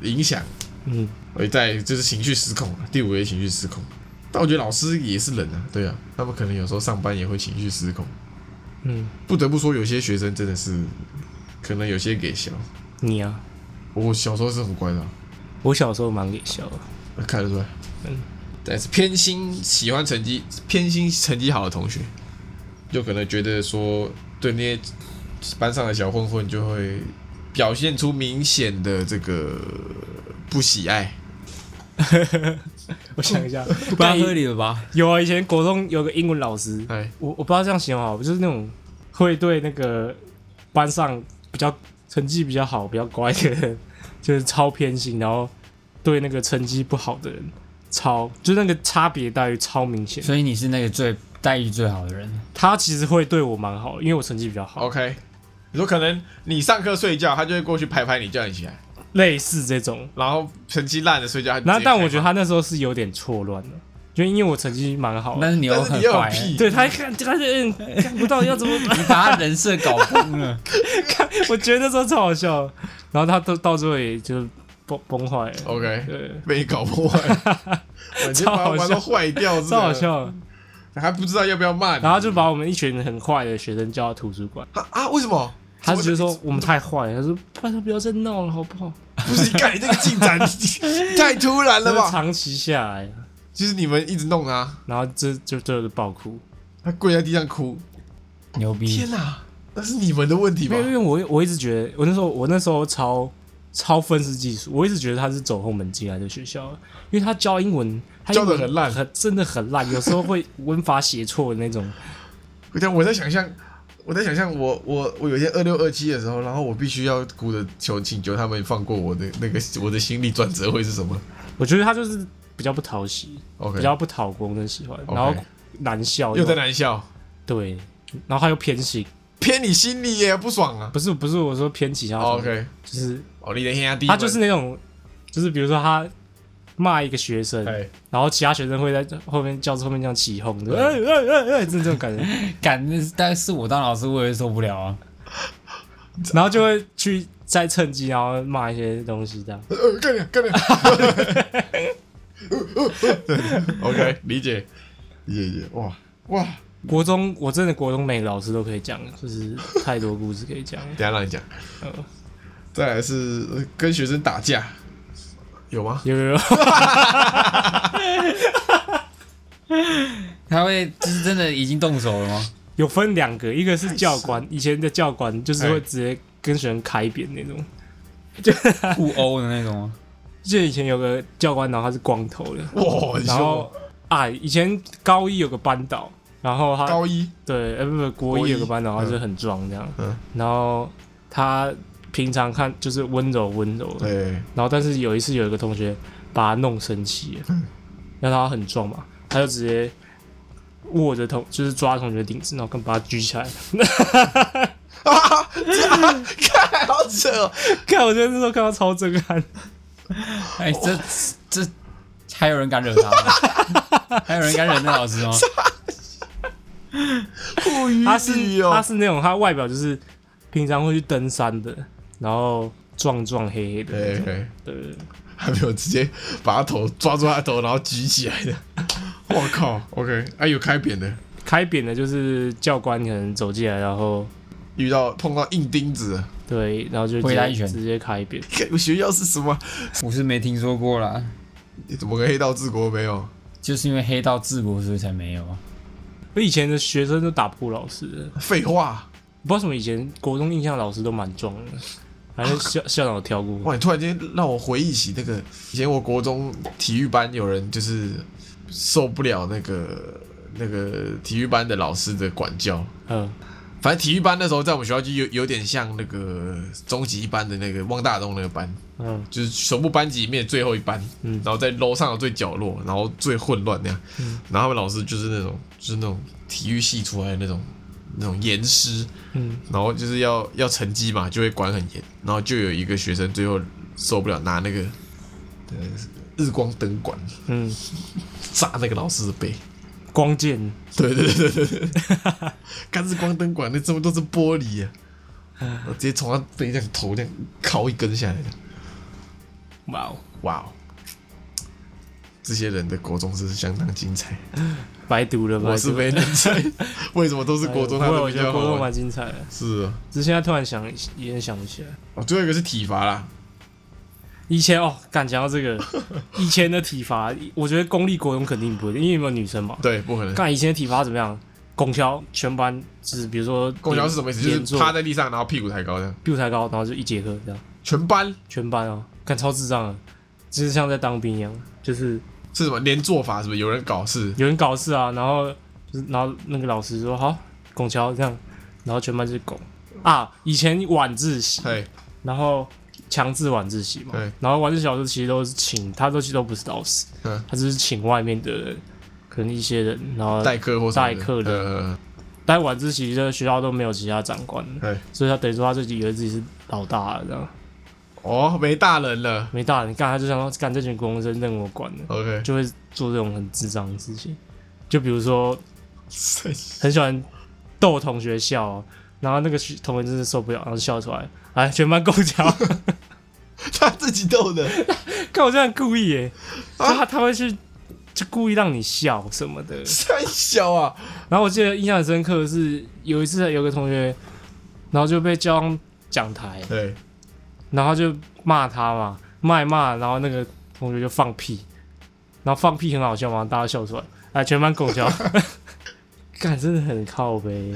Speaker 1: 影响。
Speaker 2: 嗯，
Speaker 1: 而在就是情绪失控，啊第五个情绪失控。但我觉得老师也是人啊，对啊，他们可能有时候上班也会情绪失控。
Speaker 2: 嗯，
Speaker 1: 不得不说，有些学生真的是，可能有些给小。
Speaker 2: 你啊，
Speaker 1: 我小时候是很乖的啊、
Speaker 2: 我小时候蛮给笑的，
Speaker 1: 看得出来。
Speaker 2: 嗯，
Speaker 1: 但是偏心喜欢成绩偏心成绩好的同学，就可能觉得说对那些班上的小混混就会表现出明显的这个不喜爱。
Speaker 2: 我想一
Speaker 1: 哦
Speaker 2: 下，不
Speaker 3: 太
Speaker 2: 然
Speaker 3: 合理了吧？
Speaker 2: 有啊，以前国中有个英文老师，
Speaker 1: 哎，
Speaker 2: 我我不知道这样形容好，就是那种会对那个班上比较成绩比较好、比较乖的人，就是超偏心，然后对那个成绩不好的人超，就是那个差别待遇超明显。
Speaker 3: 所以你是那个最待遇最好的人，
Speaker 2: 他其实会对我蛮好，因为我成绩比较好，
Speaker 1: OK，你说可能你上课睡觉，他就会过去拍拍你，叫你起来，
Speaker 2: 类似这种。
Speaker 1: 然后成绩烂的睡觉，他就
Speaker 2: 然后，
Speaker 1: 直接
Speaker 2: 但
Speaker 1: 开
Speaker 2: 我觉得
Speaker 1: 骂
Speaker 2: 他那时候是有点错乱的，就因为我成绩蛮好的，
Speaker 3: 但是你又
Speaker 1: 哦但是
Speaker 3: 很
Speaker 1: 你又
Speaker 3: 坏啊
Speaker 1: 有，屁，
Speaker 2: 对他一看，他就嗯，看不到要怎么办。
Speaker 3: 你把他人设搞崩 了。
Speaker 2: 我觉得那时候超好笑的，然后他到到最后也就崩崩坏了。
Speaker 1: ，OK，
Speaker 2: 哦对，啊
Speaker 1: 被你搞破 坏，我就把我玩到坏掉，
Speaker 2: 超好，笑的。
Speaker 1: 还不知道要不要骂你，
Speaker 2: 然后就把我们一群很坏的学生叫到图书馆，
Speaker 1: 啊啊，为什么？
Speaker 2: 他就
Speaker 1: 怎
Speaker 2: 觉
Speaker 1: 么
Speaker 2: 得说我们太坏了，他说拜托不要再闹了好不好？
Speaker 1: 不是，看你这个进 展太突然了
Speaker 2: 然后
Speaker 1: 吧？
Speaker 2: 长期下来，
Speaker 1: 就是你们一直弄啊，
Speaker 2: 然后这就就是爆哭。
Speaker 1: 他跪在地上哭，
Speaker 3: 牛逼
Speaker 1: 天！哪，那是你们的问题吧
Speaker 2: 嗯没有，？因为我我一直觉得我那时候我那时候超超愤世嫉俗，我一直觉得他是走后门进来的学校的，因为他教英文，他英文
Speaker 1: 教得很烂
Speaker 2: 很真的很烂，有时候会文法写错的那种。
Speaker 1: 我在我在想象，我在想象我我我有一天二六二七的时候，然后我必须要哭着求请求他们放过我的那个我的心理转折会是什么
Speaker 2: 我觉得他就是比较不讨喜，
Speaker 1: ？OK，
Speaker 2: 比较不讨公的喜欢，然后难笑，
Speaker 1: 又在难笑，
Speaker 2: 对，然后他又偏心，
Speaker 1: 偏你心里也不爽啊。
Speaker 2: 不是不是我说偏激他、
Speaker 1: 哦 OK，
Speaker 2: 就是
Speaker 1: 哦，你的天下第一，
Speaker 2: 他就是那种，就是比如说他骂一个学生，
Speaker 1: 哎，
Speaker 2: 然后其他学生会在后面教室后面这样起哄的，哎哎哎哎，就是这种感觉，
Speaker 3: 敢，那但是我当老师我也受不了啊。
Speaker 2: 然后就会去再趁机然后骂一些东西这样，
Speaker 1: 呃，干你 干你呃，OK，理解，理解理解，哇哇，。
Speaker 2: 国中我真的国中每个老师都可以讲，就是太多故事可以讲了
Speaker 1: 等一下让你讲
Speaker 2: 嗯。
Speaker 1: 再来是呃跟学生打架，有吗？
Speaker 2: 有有有，
Speaker 3: 他会就是真的已经动手了吗？
Speaker 2: 有分两个，一个是教官，以前的教官就是
Speaker 1: 哎
Speaker 2: 会直接跟学生开扁那种。
Speaker 3: 互殴的那种吗？
Speaker 2: 记得以前有个教官，然后他是光头的，
Speaker 1: 哇，你
Speaker 2: 然
Speaker 1: 说
Speaker 2: 后啊，以前高一有个班导，然后他
Speaker 1: 高一
Speaker 2: 对，呃，不不，国
Speaker 1: 国
Speaker 2: 一
Speaker 1: 一
Speaker 2: 有个班导，他
Speaker 1: 嗯
Speaker 2: 就很壮这样，
Speaker 1: 嗯
Speaker 2: 然后他平常看就是温柔温柔的，
Speaker 1: 对。
Speaker 2: 然后但是有一次有一个同学把他弄生气了，
Speaker 1: 嗯
Speaker 2: 然后他很壮嘛，他就直接握着同就是抓同学领子，然后跟把他举起来，
Speaker 1: 啊！看，好扯哦！
Speaker 2: 看我觉得那时候看到超震撼，
Speaker 3: 哎，这这还有人敢惹他吗？还有人敢惹那老师吗？
Speaker 1: 不予
Speaker 2: 他是
Speaker 1: 理哦
Speaker 2: 他是那种他外表就是平常会去登山的，然后壮壮黑黑的那
Speaker 1: 对
Speaker 2: 种，
Speaker 1: 对，
Speaker 2: 对。
Speaker 1: 还哎没有直接把他头抓住他的头，然后举起来的。我靠！OK，哎，有开扁的，
Speaker 2: 开扁的就是教官可能走进来，然后
Speaker 1: 遇到碰到硬钉子，
Speaker 2: 对，然后就直接
Speaker 3: 回他一拳
Speaker 2: 直接开扁。
Speaker 1: 看我 学校是什么？
Speaker 3: 我是没听说过啦，
Speaker 1: 怎么个黑道治国没有？
Speaker 3: 就是因为黑道治国，所以才没有啊。
Speaker 2: 我以前的学生都打不过老师的，
Speaker 1: 废话！
Speaker 2: 不知道为什么以前国中印象老师都蛮壮的，还是校校长有挑过。
Speaker 1: 哇，你突然间让我回忆起那个以前我国中体育班有人就是受不了那个那个体育班的老师的管教，
Speaker 2: 嗯，
Speaker 1: 反正体育班那时候在我们学校就有有点像那个中级班的那个汪大东那个班，
Speaker 2: 嗯，
Speaker 1: 就是全部班级里面最后一班，
Speaker 2: 嗯
Speaker 1: 然后在楼上的最角落，然后最混乱那样。然后他们老师就是那种，就是那种体育系出来的那种，那种严师，
Speaker 2: 嗯，
Speaker 1: 然后就是要要成绩嘛，就会管很严。然后就有一个学生最后受不了，拿那个呃日光灯管
Speaker 2: 嗯，
Speaker 1: 炸那个老师的背。
Speaker 2: 光剑，
Speaker 1: 对对对对对，干日光灯管那这么多是玻璃啊，
Speaker 2: 嗯
Speaker 1: 我直接从他背这样头这样敲一根下来的。
Speaker 2: 哇哦，
Speaker 1: 哇哦，这些人的国中是相当精彩，
Speaker 2: 白读了吧？
Speaker 1: 我是没能 猜，为什么都是国中，他
Speaker 2: 哎
Speaker 1: 们
Speaker 2: 呦不会我
Speaker 1: 比
Speaker 2: 觉得
Speaker 1: 较
Speaker 2: 国
Speaker 1: 好
Speaker 2: 中
Speaker 1: 玩
Speaker 2: 蛮？精彩的，
Speaker 1: 是啊，
Speaker 2: 只是现在突然想，也想不起来。
Speaker 1: 哦，最后一个是体罚啦，
Speaker 2: 以前哦，敢讲到这 个，以前的体罚，我觉得公立国中肯定不会，因为有没有女生嘛？
Speaker 1: 对，不可能。
Speaker 2: 看以前的体罚怎么样？拱桥全班就是比如说
Speaker 1: 拱桥是什么意思？
Speaker 2: 连
Speaker 1: 就是
Speaker 2: 坐
Speaker 1: 趴在地上，然后屁股抬高这样。
Speaker 2: 屁股抬高，然后就一节课这样，
Speaker 1: 全班
Speaker 2: 全班哦，看超智障啊，就是像在当兵一样，就是
Speaker 1: 是什么连坐法？是不是有人搞事？
Speaker 2: 有人搞事啊，然后就是然后那个老师说好拱桥这样，然后全班就是拱啊。以前晚自习，
Speaker 1: 对，
Speaker 2: 然后强制晚自习嘛
Speaker 1: 对，
Speaker 2: 然后晚自习老师其实都是请他都其实都不是老师，
Speaker 1: 嗯
Speaker 2: 他只是请外面的人，可能一些人，然后
Speaker 1: 代课或什么
Speaker 2: 代课的
Speaker 1: 呃，
Speaker 2: 但晚自习的学校都没有其他长官，
Speaker 1: 对，
Speaker 2: 所以他等于说他自己以为自己是老大了啊这样，
Speaker 1: 哦，没大人了。
Speaker 2: 没大人干，他就想说干这群国中生任我管了，
Speaker 1: OK，
Speaker 2: 就会做这种很智障的事情，就比如说很喜欢逗同学笑哦、然后那个学同学真是受不了，然后笑出来，来全班共交，
Speaker 1: 他自己逗的，
Speaker 2: 看我这样故意耶，他他会去就故意让你笑什么的，
Speaker 1: 太小啊！
Speaker 2: 然后我记得印象很深刻的是有一次有个同学，然后就被叫上讲台，
Speaker 1: 对，
Speaker 2: 然后就骂他嘛，骂一骂，然后那个同学就放屁，然后放屁很好笑嘛，大家笑出来，哎，全班狗笑，干真的很靠呗。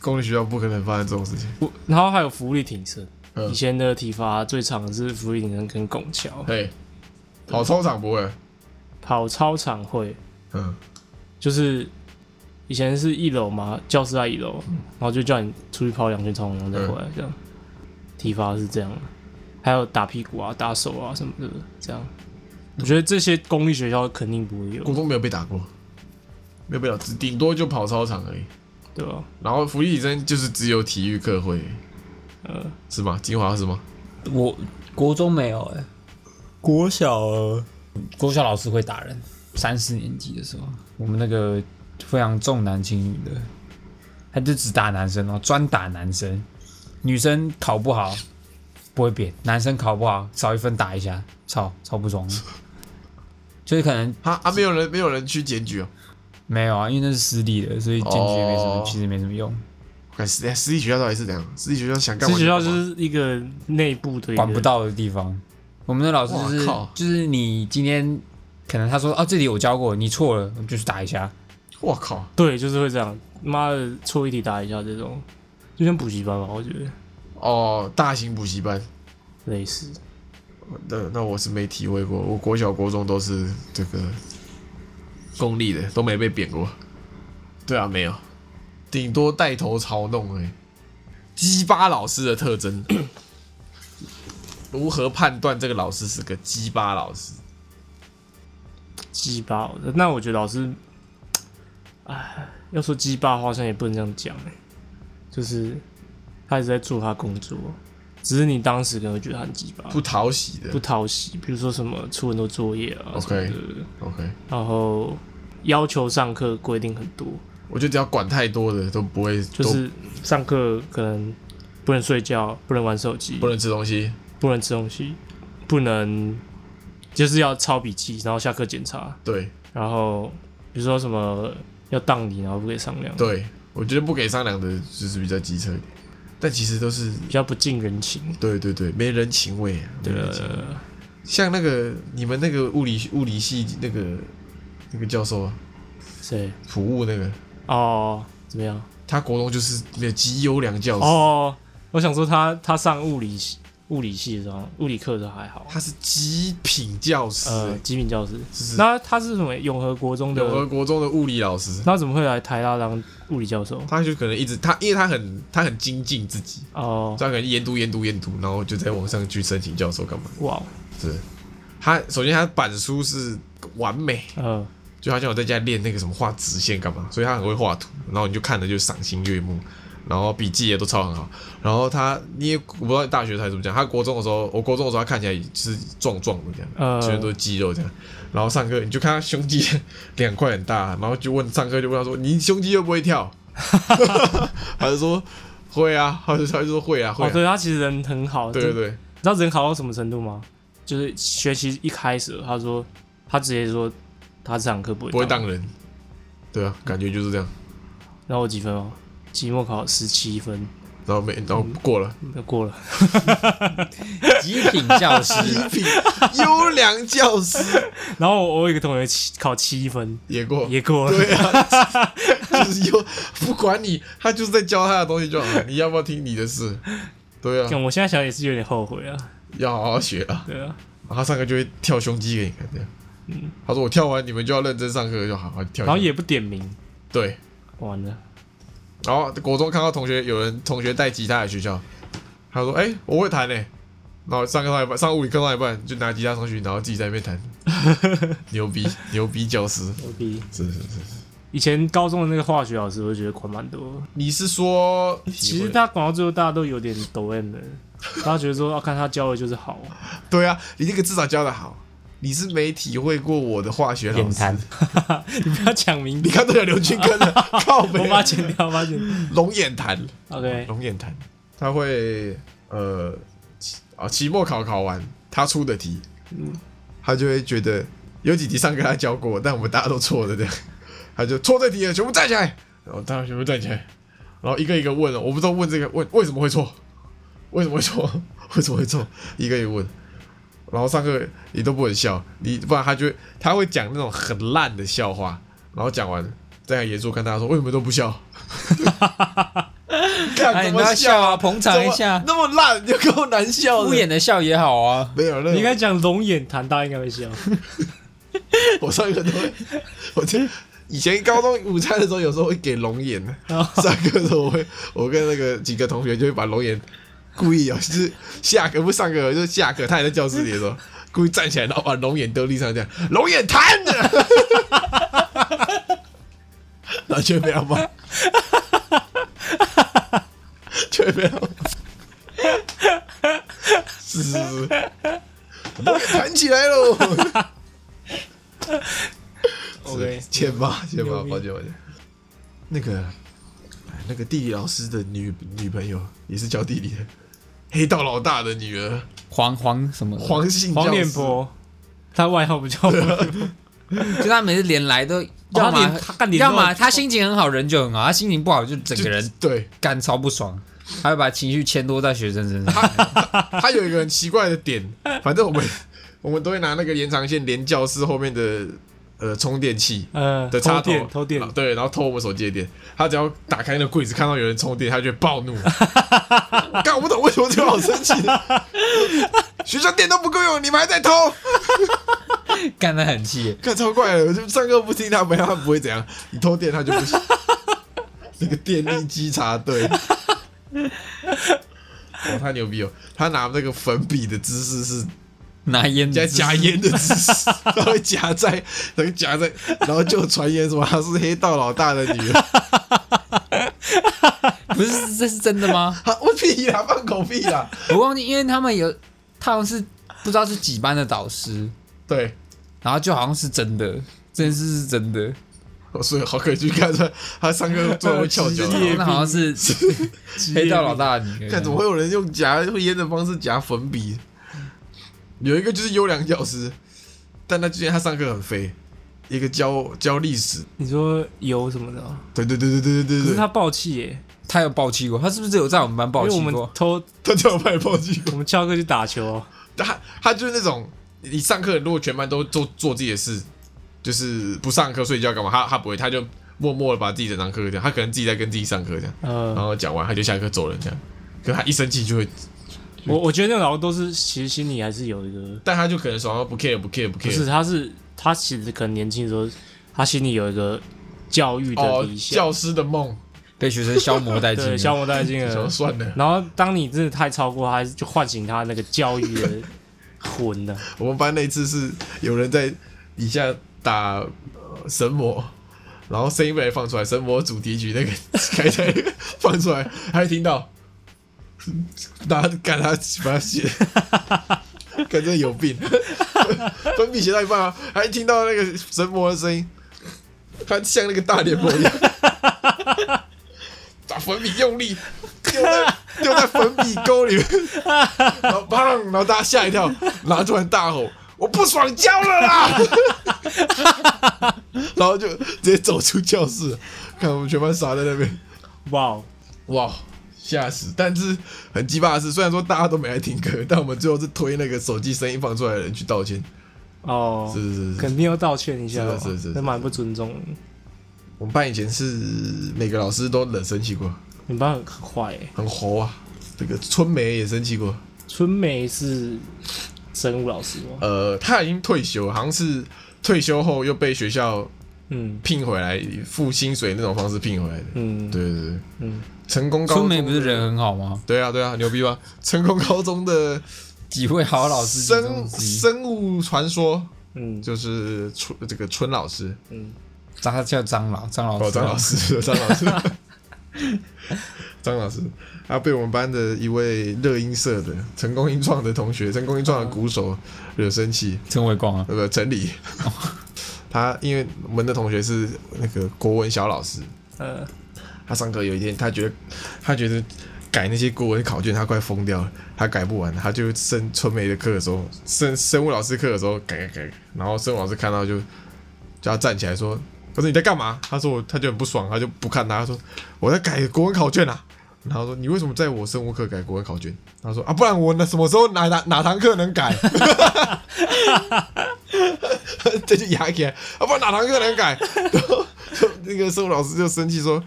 Speaker 1: 公立学校不可能发生这种事情。
Speaker 2: 我然后还有福利挺身，
Speaker 1: 嗯
Speaker 2: 以前的体罚最长的是福利挺身跟拱桥，
Speaker 1: 对，跑操场不会。
Speaker 2: 跑操场会
Speaker 1: 嗯，
Speaker 2: 就是以前是一楼嘛，教室在一楼，
Speaker 3: 嗯
Speaker 2: 然后就叫你出去跑两圈操，然后再回来这样。体罚是这样，还有打屁股啊、打手啊什么的，这样。我觉得这些公立学校肯定不会有
Speaker 1: 国，中没有被打过，没有被打，只顶多就跑操场而已。
Speaker 2: 对吧？
Speaker 1: 然后福利体真就是只有体育课会，
Speaker 2: 呃，
Speaker 1: 是吗？金华是吗？
Speaker 3: 我国中没有哎、国小啊国小老师会打人，三四年级的时候，我们那个非常重男轻女的，他就只打男生哦，专打男生，女生考不好不会扁，男生考不好少一分打一下，超超不 爽的，就是可能
Speaker 1: 啊啊，没有人没有人去检举哦。
Speaker 3: 没有啊，因为那是私立的，所以进去也没什么，
Speaker 1: 哦
Speaker 3: 其实没什么用，
Speaker 1: 我看私哎私立学校到底是怎样？私立学校想干
Speaker 2: 这
Speaker 1: 嘛？
Speaker 2: 学校就是一个内部的一个
Speaker 3: 管不，到的地方。我们的老师就是
Speaker 1: 哇靠
Speaker 3: 就是你今天可能他说哦这里我教过，你错了，我们就去打一下。
Speaker 1: 我靠，
Speaker 2: 对，就是会这样。妈的，错一题打一下这种，就像补习班吧，我觉得
Speaker 1: 哦，大型补习班，
Speaker 2: 类似。
Speaker 1: 那那我是没体会过，我国小国中都是这个公立的，都没被贬过。对啊，没有，顶多带头嘲弄而已。鸡巴老师的特征，如何判断这个老师是个鸡巴老师？
Speaker 2: 鸡巴，那我觉得老师，哎，要说鸡巴好像也不能这样讲哎，就是他一直在做他工作，只是你当时可能会觉得他很鸡巴，
Speaker 1: 不讨喜的
Speaker 2: 不。讨喜，比如说什么出很多作业啊
Speaker 1: OK
Speaker 2: 什么的，
Speaker 1: OK，
Speaker 2: 然后要求上课规定很多，
Speaker 1: 我觉得只要管太多的都不会，
Speaker 2: 就
Speaker 1: 都
Speaker 2: 是上课可能不能睡觉，不能玩手机，
Speaker 1: 不能吃东西。
Speaker 2: 不能吃东西，不能就是要抄笔记，然后下课检查，
Speaker 1: 对
Speaker 2: 然后比如说什么要当你，然后不可以商量。
Speaker 1: 对，我觉得不给商量的就是比较机车一点，但其实都是
Speaker 2: 比较不近人情
Speaker 1: 对对对，没人情味、啊。没人情味
Speaker 2: 的，
Speaker 1: 像那个你们那个物理物理系那个那个教授啊，
Speaker 2: 谁？
Speaker 1: 普物那个，
Speaker 2: 哦，怎么样？哦
Speaker 1: 他国中就是没有极优良教师，
Speaker 2: 哦，我想说他他上物理系物理系的时候，物理课的时候还好。
Speaker 1: 他是极品教师、
Speaker 2: 呃，极品教师，
Speaker 1: 是
Speaker 2: 那他是什么？永和国中的
Speaker 1: 永，和国中的物理老师，
Speaker 2: 那怎么会来台大当物理教授？
Speaker 1: 他就可能一直他，因为他很他很精进自己，
Speaker 2: 哦，
Speaker 1: 所以他可能研读研读研读，然后就在网上去申请教授干嘛？
Speaker 2: 哇，
Speaker 1: 是他首先他的板书是完美，
Speaker 2: 呃，
Speaker 1: 就好像我在家练那个什么画直线干嘛，所以他很会画图，然后你就看着就赏心悦目，然后笔记也都抄很好。然后他，因为我不知道大学才怎么讲，他国中的时候，我国中的时候他看起来就是壮壮的这样，
Speaker 2: 呃
Speaker 1: 全身都是肌肉这样。然后上课你就看他胸肌两块很大，然后就问上课就问他说：“你胸肌会不会跳？”他就说：“会啊。”他就他就说：“会啊，会
Speaker 2: 哦，
Speaker 1: 啊。
Speaker 2: 对他其实人很好，
Speaker 1: 对对对，
Speaker 2: 你知道人好到什么程度吗？就是学期一开始，他说他直接说他这堂课不会
Speaker 1: 不会当人。对啊，感觉就是这样。
Speaker 2: 然后我几分哦？期末考十七分，
Speaker 1: 然后没，然后过了，
Speaker 2: 那过了。
Speaker 3: 极品教师，
Speaker 1: 极品 优良教师
Speaker 2: 然后我有一个同学七考七分，
Speaker 1: 也过，
Speaker 2: 也过了。
Speaker 1: 对啊， 就是又不管你，他就是在教他的东西就好 了。你要不要听你的事？对啊，
Speaker 2: 干我现在想也是有点后悔啊，
Speaker 1: 要好好学啊。
Speaker 2: 对啊，
Speaker 1: 然后他上课就会跳胸肌给你看，这样。他说我跳完你们就要认真上课，就好好跳一下。
Speaker 2: 嗯然后也不点名，
Speaker 1: 对，
Speaker 2: 完了，
Speaker 1: 然后国中看到同学有人同学带吉他来学校，他说：“哎、我会弹嘞、然后上课到一半，上物理课到一半就拿吉他上去，然后自己在那边弹， 牛逼牛逼教师，
Speaker 2: 牛逼！
Speaker 1: 是是是。
Speaker 2: 以前高中的那个化学老师，我觉得管蛮多。
Speaker 1: 你是说，
Speaker 2: 其实大家管到最后，大家都有点抖 M 的，大家觉得说，啊要、看他教的就是好，
Speaker 1: 对啊，你这个至少教的好。你是没体会过我的化学老
Speaker 3: 眼
Speaker 1: 师，
Speaker 3: 谈
Speaker 2: 你不要抢 名
Speaker 1: 你
Speaker 2: 字，
Speaker 1: 看都有刘俊根了，靠
Speaker 2: 我
Speaker 1: 北
Speaker 2: 把它剪掉，我把它剪掉。
Speaker 1: 龙眼潭，
Speaker 2: OK，
Speaker 1: 龙眼潭，他会呃期啊期末考考完他出的题，
Speaker 3: 嗯
Speaker 1: 他就会觉得有几题上课他教过，但我们大家都错的这样，他就错这题了，全部站起来，然后大家全部站起来，然后一个一个问了，我不知道问这个问为什么会错，为什么会错， 为什么会错，一个一个问。然后上课你都不能笑，你不然他就会他会讲那种很烂的笑话，然后讲完再严肃看大家说为什么都不 笑，看
Speaker 3: 哎，
Speaker 1: 怎
Speaker 3: 你
Speaker 1: 么
Speaker 3: 要
Speaker 1: 笑
Speaker 3: 笑啊，捧场一
Speaker 1: 怎么
Speaker 3: 下，
Speaker 1: 那么烂就够难笑
Speaker 3: 敷
Speaker 1: 的，
Speaker 3: 衍的笑也好啊。
Speaker 1: 没有那
Speaker 2: 你
Speaker 1: 种
Speaker 2: 应该讲龙眼谈，大家应该会笑。
Speaker 1: 我上课都会，我就以前高中午餐的时候，有时候会给龙眼的。上课的时候，我会我跟那个几个同学就会把龙眼故意哦，就是下课不是上课，就是下课，他也在教室里的时候，故意站起来，然后把龙眼丢地上，这样龙眼弹的， 然后就被他骂，就被他骂，是是是，龙眼弹起来喽。
Speaker 2: OK，
Speaker 1: 欠 骂，欠骂，
Speaker 2: 牛逼
Speaker 1: 抱歉，抱歉。那个哎那个地理老师的女女朋友也是教地理的，黑道老大的女儿
Speaker 3: 黄黄什么的？
Speaker 1: 黄姓教师
Speaker 2: 黄脸，婆，他外号不叫黄脸婆
Speaker 3: 就他每次哦连来都
Speaker 2: 他
Speaker 3: 要么
Speaker 2: 连他干脸
Speaker 3: 要
Speaker 2: 都
Speaker 3: 么他心情很好，人就很好；他心情不好，就整
Speaker 1: 就
Speaker 3: 个人
Speaker 1: 对
Speaker 3: 干超不爽，他会把情绪牵多在学生 身上。
Speaker 1: 他他有一个很奇怪的点，反正我们 我们都会拿那个延长线连教室后面的呃充电器，
Speaker 2: 呃，
Speaker 1: 的
Speaker 2: 偷
Speaker 1: 插头
Speaker 2: 电偷电
Speaker 1: 啊，对，然后偷我们手机的电。他只要打开那个柜子，看到有人充电，他就会暴 怒。干，我不懂为什么这个好生气。学校电都不够用，你们还在偷，
Speaker 3: 干得很气耶，
Speaker 1: 看超怪的。我就上课不听他，不然他不会怎样。你偷电他就不行。那个电力稽查队，哦，他牛逼哦！他拿那个粉笔的姿势是
Speaker 3: 拿烟
Speaker 1: 加
Speaker 3: 的
Speaker 1: 夹烟的姿势，然后夹在，然后夹在，然后就传言什么他是黑道老大的女儿。
Speaker 3: 不是这是真的吗？
Speaker 1: 啊我屁啦，放狗屁啦！
Speaker 3: 我忘记，因为他们有，他好像是不知道是几班的导师，
Speaker 1: 对，
Speaker 3: 然后就好像是真的，这件事是真的，
Speaker 1: 哦所以好可以去看出来，他上课做会翘脚
Speaker 2: 职，业
Speaker 3: 那好 像是黑道老大的女儿
Speaker 1: 看怎么会有人用夹会烟的方式夹粉笔？有一个就是优良教师，但他之前他上课很飞，一个教教历史，
Speaker 2: 你说油什么的哦，
Speaker 1: 对对对对对对
Speaker 2: 可是
Speaker 1: 对对，
Speaker 2: 他爆气耶，
Speaker 3: 他有爆气过，他是不是有在我们班
Speaker 2: 因
Speaker 3: 爆
Speaker 2: 为我
Speaker 3: 气
Speaker 2: 们
Speaker 3: 过？
Speaker 2: 偷
Speaker 1: 他叫我拍报机，
Speaker 2: 我们翘课去打球哦，
Speaker 1: 他他就是那种你上课如果全班都做做自己的事，就是不上课睡觉干嘛，他他不会，他就默默的把自己整堂课这样，他可能自己在跟自己上课这样。然
Speaker 2: 呃，
Speaker 1: 后讲完他就下课走人这样。可他一生气就会就
Speaker 2: 我我觉得那种好像都是其实心里还是有一个，
Speaker 1: 但他就可能手上不 care 不 care 不
Speaker 2: 不
Speaker 1: care，
Speaker 2: 是他是他其实可能年轻的时候，他心里有一个教育的
Speaker 1: 哦
Speaker 2: 理，想，
Speaker 1: 教师的梦，
Speaker 3: 被学生消磨殆 尽
Speaker 2: 对，
Speaker 3: 了。
Speaker 2: 消磨殆尽
Speaker 1: 怎么
Speaker 2: 了。
Speaker 1: 算呢？
Speaker 2: 然后当你真的太超过他，就唤醒他那个教育的 魂了。
Speaker 1: 我们班那一次是有人在底下打呃神魔，然后声音被人放出来，神魔主题曲那个 开在放出来，还听到，拿干他把他写，感觉有病，粉笔写到一半啊，还听到那个神魔的声音，他像那个大脸魔一样， 把粉笔用力丢在丢在粉笔沟里面。然后砰，然后大家吓一跳，然后突然大吼：“我不爽教了啦！” 然后就直接走出教室，看我们全班傻在那边，
Speaker 2: 哇哦，
Speaker 1: 哇，吓死！但是很鸡巴的是，虽然说大家都没来听课，但我们最后是推那个手机声音放出来的人去道歉，
Speaker 2: 哦，
Speaker 1: 是是是是。
Speaker 2: 肯定要道歉一下吧，
Speaker 1: 是是是是
Speaker 2: 那蛮不尊重的。
Speaker 1: 我们班以前是每个老师都冷生气过，
Speaker 2: 你班很很坏欸，
Speaker 1: 很猴啊。这个春梅也生气过，
Speaker 2: 春梅是生物老师哦吗？
Speaker 1: 呃，她已经退休，好像是退休后又被学校
Speaker 2: 嗯
Speaker 1: 聘回来，以付薪水那种方式聘回来的。
Speaker 2: 嗯，
Speaker 1: 对对对，
Speaker 2: 嗯，
Speaker 1: 成 功高中
Speaker 3: 春梅不是人很好吗？
Speaker 1: 对啊对啊，牛逼吧？ 成功高中的
Speaker 3: 几位好老师其中
Speaker 1: 生
Speaker 3: 之一，
Speaker 1: 生物传说
Speaker 2: 嗯
Speaker 1: 就是春这个春老师，
Speaker 2: 嗯，
Speaker 3: 张他叫张老，张老
Speaker 1: 哦
Speaker 3: 师，啊
Speaker 1: 张老，师张 老师张老师，他被我们班的一位乐音社的成功音创的同学，成功音创的鼓手惹生气，
Speaker 3: 陈伟光啊，
Speaker 1: 呃不整理。 他因为我们的同学是那个国文小老师，
Speaker 2: 呃，
Speaker 1: 他上课有一天，他觉得他觉得改那些国文考卷，他快疯掉了，他改不完，他就生春梅的课的时候，生生物老师课的时候改改改，然后生物老师看到就叫他站起来说：“可是你在干嘛？”他说我：“他就很不爽，他就不看他，他说我在改国文考卷啊。”然后说：“你为什么在我生物课改国文考卷？”他说：“啊，不然我那什么时候哪哪哪堂课能改？” 这就牙起来，啊，不然哪堂课能改？ 然后那个生物老师就生气说：“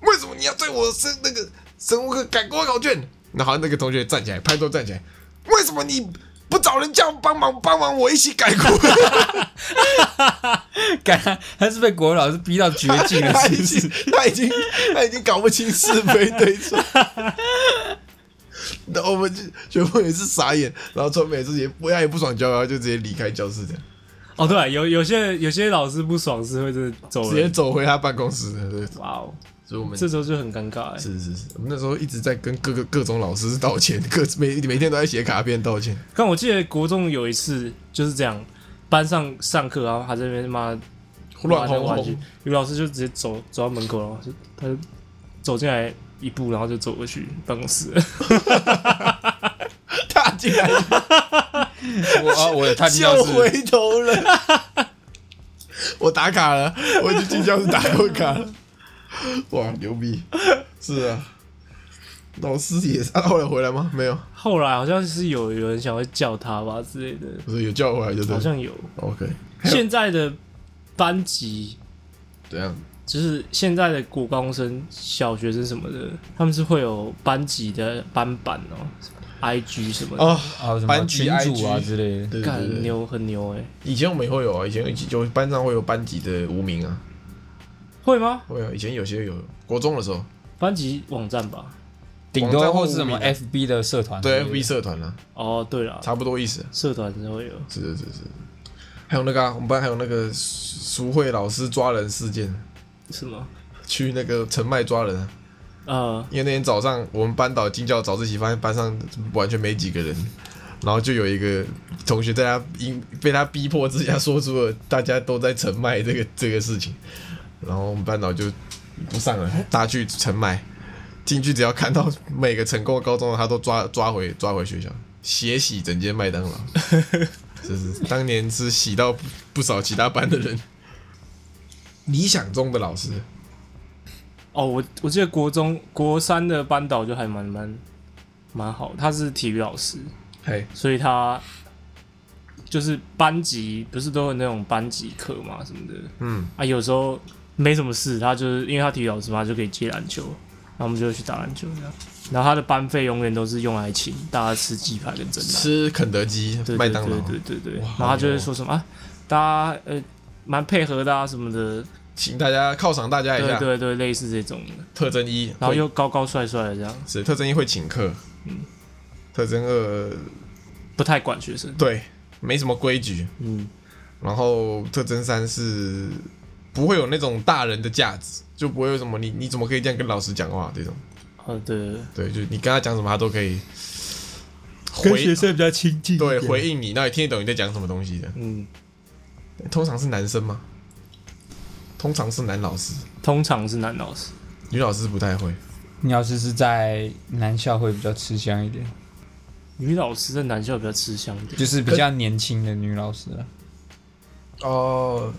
Speaker 1: 为什么你要对我生那个生物课改国考卷？”然后那个同学站起来，拍桌站起来：“为什么你不找人叫帮忙帮忙我一起改国文？
Speaker 3: 干他他是被国文老师逼到绝境 了，
Speaker 1: 他
Speaker 3: 是
Speaker 1: 已
Speaker 3: 不是
Speaker 1: 经？他已经他已经搞不清是非对错。” 然后我们就全部也是傻眼，然后川美自己也不他也不爽教，然后就直接离开教室的，
Speaker 2: 哦对，有有些有些老师不爽是会真的走
Speaker 1: 直接
Speaker 2: 人，
Speaker 1: 走回他办公室的。对，
Speaker 2: 哇哦，
Speaker 1: 所以我们
Speaker 2: 这时候就很尴尬哎。
Speaker 1: 是是是，我们那时候一直在跟各个各种老师道歉，各每每天都在写卡片道歉。
Speaker 2: 但我记得国中有一次就是这样，班上上课，然后他这边骂
Speaker 1: 乱哄
Speaker 2: 骂来骂去
Speaker 1: 哄，
Speaker 2: 有老师就直接走走到门口，然后就他就走进来一步，然后就走过去办公室，
Speaker 1: 踏进 来
Speaker 3: 我啊，我有他进教
Speaker 1: 就
Speaker 3: 室，
Speaker 1: 回头了。 我打卡了，我已经进教室打过卡了。哇，牛逼！是啊，老师也是。啊、后来回来吗？没有，
Speaker 2: 后来好像是有有人想要叫他吧之类的，
Speaker 1: 不是有叫回来就对
Speaker 2: 好
Speaker 1: 了。
Speaker 2: 像有。
Speaker 1: OK，
Speaker 2: 现在的班级
Speaker 1: 怎样？
Speaker 2: 就是现在的国高中生、小学生什么的，他们是会有班级的班板哦，IG 什么的，
Speaker 1: 哦，
Speaker 3: 啊，什么
Speaker 1: 班级
Speaker 3: 群主啊
Speaker 1: IG
Speaker 3: 之类的，
Speaker 1: 对
Speaker 2: 干、
Speaker 1: 对
Speaker 2: 很
Speaker 1: 对，
Speaker 2: 牛很牛哎、
Speaker 1: 以前我们也会有啊，以前就班上会有班级的无名啊，
Speaker 2: 会吗？
Speaker 1: 会啊，以前有些有国中的时候，
Speaker 2: 班级网站吧。
Speaker 3: 顶多
Speaker 1: 网站
Speaker 3: 或是什么
Speaker 1: 或无名啊
Speaker 3: FB 的社团之类
Speaker 1: 对
Speaker 3: 的，
Speaker 1: FB 社团啊，
Speaker 2: 哦，对了，
Speaker 1: 差不多意思啊。
Speaker 2: 社团是会有，
Speaker 1: 是是是是，还有那个、啊、我们班还有那个苏慧老师抓人事件，
Speaker 2: 是吗？
Speaker 1: 去那个澄迈抓人啊，
Speaker 2: 呃，
Speaker 1: 因为那天早上我们班导进教早自习，发现班上完全没几个人，然后就有一个同学在他因被他逼迫之下说出了大家都在澄迈这个这个事情，然后我们班导就不上了，他去澄迈，进去只要看到每个成功的高中的他都抓抓回抓回学校，血洗整间麦当劳，这是当年是洗到不不少其他班的人。理想中的老师，
Speaker 2: 哦，我我记得国中国三的班导就还蛮蛮蛮好，他是体育老师，
Speaker 1: 嘿，
Speaker 2: 所以他就是班级不是都有那种班级课嘛什么的
Speaker 1: 嗯，
Speaker 2: 啊，有时候没什么事，他就是因为他体育老师嘛，就可以接篮球，然后我们就去打篮球这样。然后他的班费永远都是用来请大家吃鸡排跟蒸奶，
Speaker 1: 吃肯德基、
Speaker 2: 对
Speaker 1: 麦
Speaker 2: 对
Speaker 1: 当
Speaker 2: 对
Speaker 1: 劳，
Speaker 2: 对对对。
Speaker 1: 哇
Speaker 2: 然后他就会说什么啊，大家呃蛮配合的啊什么的，
Speaker 1: 请大家犒赏大家一
Speaker 2: 对
Speaker 1: 下。
Speaker 2: 对对，类似这种的。
Speaker 1: 特征一，
Speaker 2: 然后
Speaker 1: 会
Speaker 2: 又嗯高高帅帅的这样，
Speaker 1: 是特征一会请客，特征二
Speaker 2: 不太管学生。
Speaker 1: 对没什么规矩，
Speaker 2: 嗯，
Speaker 1: 然后特征三是不会有那种大人的架子，就不会有什么你你怎么可以这样跟老师讲话这种，
Speaker 2: 好的，
Speaker 1: 对，就你跟他讲什么他都可以回
Speaker 2: 生比较亲近
Speaker 1: 对回应你，那也听得懂你在讲什么东西的。
Speaker 2: 嗯，
Speaker 1: 通常是男生吗？通常是男老师，
Speaker 2: 通常是男老师。
Speaker 1: 女老师不太会。
Speaker 3: 你要是是在男校会比较吃香一点，
Speaker 2: 女老师在男校比较吃香一点，
Speaker 3: 就是比较年轻的女老师啊了。
Speaker 1: 哦，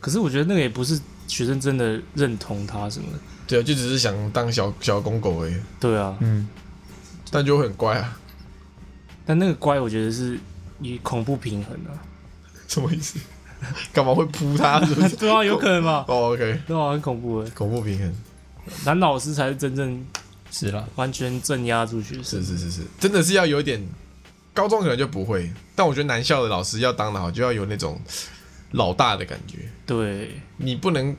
Speaker 2: 可是我觉得那个也不是学生真的认同他什么的。
Speaker 1: 对啊，就只是想当小小公狗而已，
Speaker 2: 对啊，
Speaker 3: 嗯，
Speaker 1: 但就会很乖啊，
Speaker 2: 但那个乖，我觉得是以恐怖平衡啊。
Speaker 1: 什么意思？ 干嘛会扑他？是 不是？
Speaker 2: 对啊，有可能吧？
Speaker 1: 哦，OK，
Speaker 2: 对啊，很恐怖的。
Speaker 1: 恐怖平衡，
Speaker 2: 男老师才是真正
Speaker 3: 是啦，
Speaker 2: 完全镇压住学生
Speaker 1: 是。是是是，真的是要有一点，高中可能就不会，但我觉得男校的老师要当的好，就要有那种老大的感觉，
Speaker 2: 对，
Speaker 1: 你不能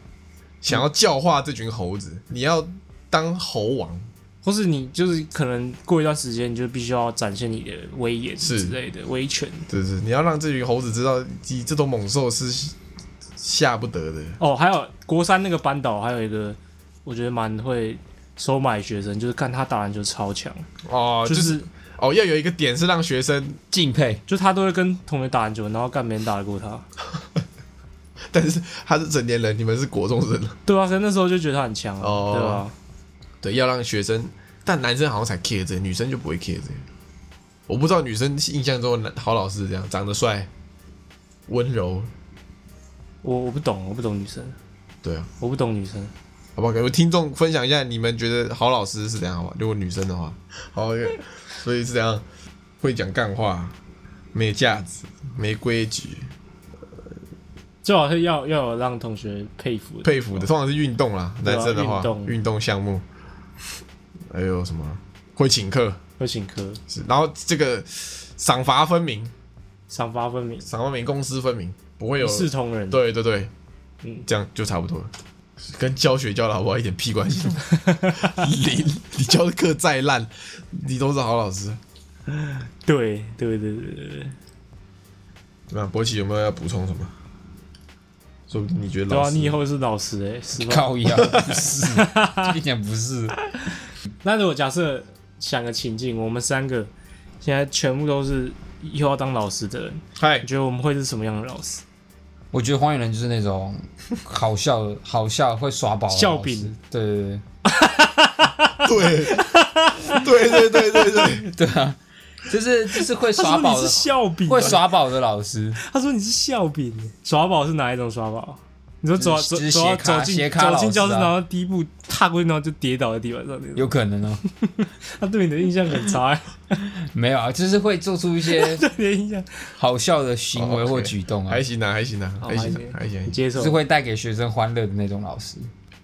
Speaker 1: 想要教化这群猴子，你要当猴王，
Speaker 2: 或是你就是可能过一段时间，你就必须要展现你的威严
Speaker 1: 是
Speaker 2: 之类的威权。
Speaker 1: 对对，你要让这群猴子知道，你这头猛兽是吓不得的，
Speaker 2: 哦，还有国三那个班导，还有一个我觉得蛮会收买学生，就是看他打篮球超强，
Speaker 1: 哦，
Speaker 2: 就
Speaker 1: 就是
Speaker 2: 是
Speaker 1: 哦，要有一个点是让学生，
Speaker 3: 敬佩。
Speaker 2: 就他都会跟同学打篮球，然后干没人打得过他。
Speaker 1: 但是他是成年人，你们是国中生，
Speaker 2: 对啊，所以那时候就觉得他很强啊，
Speaker 1: 哦
Speaker 2: 对吧？
Speaker 1: 对，要让学生，但男生好像才 care 这个，女生就不会 care 这个。我不知道女生印象中的男好老师是这样，长得帅，温柔，
Speaker 2: 我我不懂，我不懂女生，
Speaker 1: 对啊，
Speaker 2: 我不懂女生。
Speaker 1: 好不好？给我们听众分享一下，你们觉得好老师是怎样，好吧？如果女生的话， 好，所以是这样，会讲干话，没架子，没规矩，
Speaker 2: 最好是要要有让同学佩服的
Speaker 1: 佩服的，通常是运动啦，
Speaker 2: 哦对啊
Speaker 1: 男生的话
Speaker 2: 运，动
Speaker 1: 运动项目，还有什么会请客，
Speaker 2: 会请客，
Speaker 1: 是，然后这个赏罚分明，
Speaker 2: 赏罚分明，
Speaker 1: 赏罚明，公私分明，不会有
Speaker 2: 一视同仁。，
Speaker 1: 对对对，
Speaker 2: 嗯
Speaker 1: 这样就差不多了，跟教学教的好不好一点屁关系都 没有。零，你教的课再烂，你都是好老师。
Speaker 2: 对对对对对啊对，
Speaker 1: 那博奇有没有要补充什么？说不定你觉得
Speaker 2: 对
Speaker 1: 老
Speaker 2: 啊，
Speaker 1: 师，
Speaker 2: 你以后是老师哎、欸，是吧？
Speaker 3: 靠腰， 不是，一点不是。
Speaker 2: 那如果假设想个情境，我们三个现在全部都是以后要当老师的人，
Speaker 1: 嗨
Speaker 2: 你，觉得我们会是什么样的老师？
Speaker 3: 我觉得黄雨人就是那种好笑的、好笑会耍宝的
Speaker 2: 笑
Speaker 3: 老师
Speaker 2: 柄。
Speaker 3: 对对对。
Speaker 1: 对， 对对对对对，
Speaker 3: 对啊，就是就是会
Speaker 2: 他
Speaker 3: 耍
Speaker 2: 说
Speaker 3: 宝
Speaker 2: 你是，
Speaker 3: 的
Speaker 2: 啊笑柄，
Speaker 3: 会耍宝的老师，
Speaker 2: 他说你是笑柄，耍宝是哪一种耍宝？你说走
Speaker 3: 就是
Speaker 2: 走
Speaker 3: 就是
Speaker 2: 走
Speaker 3: 斜咖
Speaker 2: 走进
Speaker 3: 斜咖
Speaker 2: 走
Speaker 3: 老师
Speaker 2: 进
Speaker 3: 啊
Speaker 2: 教室，然后第一步踏过去，然后就跌倒在地板上那种。
Speaker 3: 有可能哦。
Speaker 2: 他对你的印象很差、欸，
Speaker 3: 没有啊，就是会做出一些
Speaker 2: 对你的印象
Speaker 3: 好笑的行为
Speaker 1: 哦，OK
Speaker 3: 或举动啊
Speaker 1: 还，行啊，还行啊，
Speaker 2: 好
Speaker 1: 还行啊，
Speaker 2: 还
Speaker 1: 还行
Speaker 2: 你
Speaker 1: 啊。
Speaker 2: 接受
Speaker 3: 就是会带给学生欢乐的那种老师。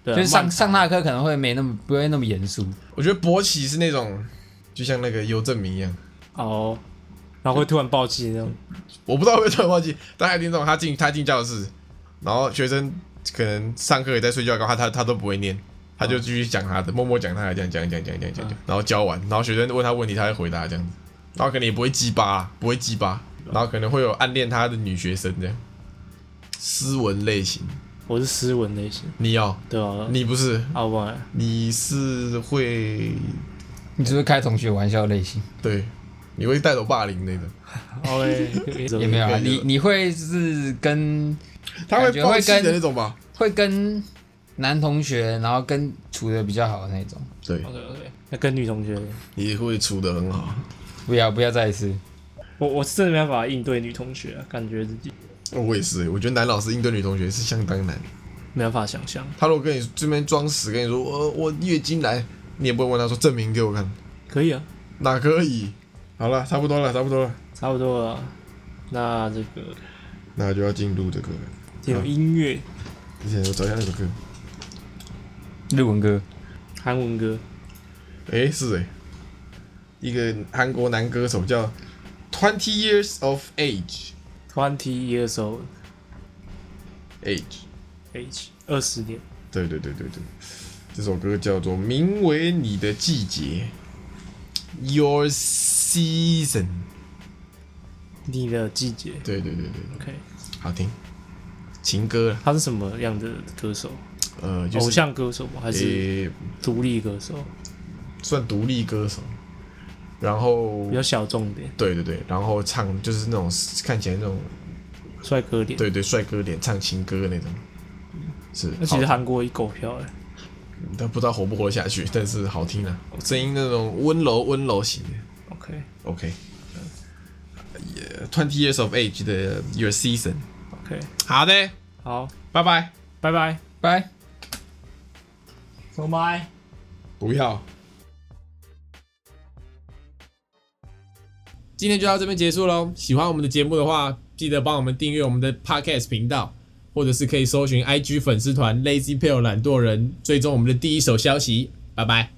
Speaker 2: 对啊
Speaker 3: 就是上
Speaker 2: 慢
Speaker 3: 上那课可能会没那么不会那么严肃，
Speaker 1: 我觉得博奇是那种，就像那个邮政民一样，
Speaker 2: 哦，然后会突然暴气那种。
Speaker 1: 我不知道会不会突然忘记，但还有一种他进他进教室，然后学生可能上课也在睡觉，然后他他他都不会念，他就继续讲他的，默默讲他的，这样讲讲讲讲讲讲，然后教完，然后学生问他问题，他会回答这样子，然后可能也不会鸡巴，不会鸡巴，然后可能会有暗恋他的女学生这样，斯文类型，
Speaker 2: 我是斯文类型，
Speaker 1: 你要、
Speaker 2: 对啊，
Speaker 1: 你不是，
Speaker 2: 啊不 然，
Speaker 1: 你是会
Speaker 3: 你只会开同学玩笑类型
Speaker 1: 对，你会带走霸凌那种，
Speaker 2: 哦嘞，
Speaker 3: 也没有啊，
Speaker 1: 可以
Speaker 3: 你
Speaker 1: 的
Speaker 3: 你会就是跟
Speaker 1: 他会
Speaker 3: 感觉
Speaker 1: 暴
Speaker 3: 会
Speaker 1: 气的
Speaker 3: 跟
Speaker 1: 那种吧？
Speaker 3: 会跟男同学，然后跟处的比较好的那种。
Speaker 1: 对，
Speaker 2: OK OK，那跟女同学，
Speaker 1: 你会处的很好。
Speaker 3: 不要不要再一次，
Speaker 2: 我我是真的没办法应对女同学啊，感觉自己
Speaker 1: 我也是，欸我觉得男老师应对女同学是相当难。
Speaker 2: 没办法想象。
Speaker 1: 他如果跟你这边装死，跟你说我我月经来，你也不会问他说证明给我看，
Speaker 2: 可以啊，
Speaker 1: 哪可以？好了，差不多了，差不多了，
Speaker 2: 差不多了。那这个
Speaker 1: 那就要进入这个，
Speaker 3: 嗯
Speaker 2: 有音乐，
Speaker 1: 之前我找一下那首歌，
Speaker 3: 日文歌
Speaker 2: 韩文歌，
Speaker 1: 诶，是诶，欸一个韩国男歌手叫 Twenty Years of Age
Speaker 2: Twenty Years Old
Speaker 1: Age，
Speaker 2: Age 二十年，
Speaker 1: 对对对对对，这首歌叫做《名为你的季节》，Your Season，
Speaker 2: 你的季节
Speaker 1: 对对对对，
Speaker 2: ，OK，
Speaker 1: 好听，情歌啊，
Speaker 2: 他是什么样的歌手？
Speaker 1: 呃，就是、
Speaker 2: 偶像歌手吗？还是
Speaker 1: 诶、
Speaker 2: 独立歌手？
Speaker 1: 算独立歌手，然后
Speaker 2: 比较小众一点，
Speaker 1: 对对对，然后唱就是那种看起来那种
Speaker 2: 帅哥脸。
Speaker 1: 对对帅哥脸唱情歌那种，是，
Speaker 2: 那其实韩国一狗票哎，
Speaker 1: 但不知道活不活得下去，但是好听啊，声音那种温柔温柔型的。
Speaker 2: OK，
Speaker 1: OK，呃，Twenty Years of Age 的 Your Season。
Speaker 2: OK，
Speaker 1: 好的，
Speaker 2: 好，
Speaker 1: 拜拜。
Speaker 2: 拜拜，
Speaker 3: 拜。
Speaker 2: 拜拜。
Speaker 1: 不要。今天就到这边结束喽。喜欢我们的节目的话，记得帮我们订阅我们的 Podcast 频道，或者是可以搜寻 IG 粉丝团 Lazy p a l e 懒惰人，追踪我们的第一手消息。拜拜。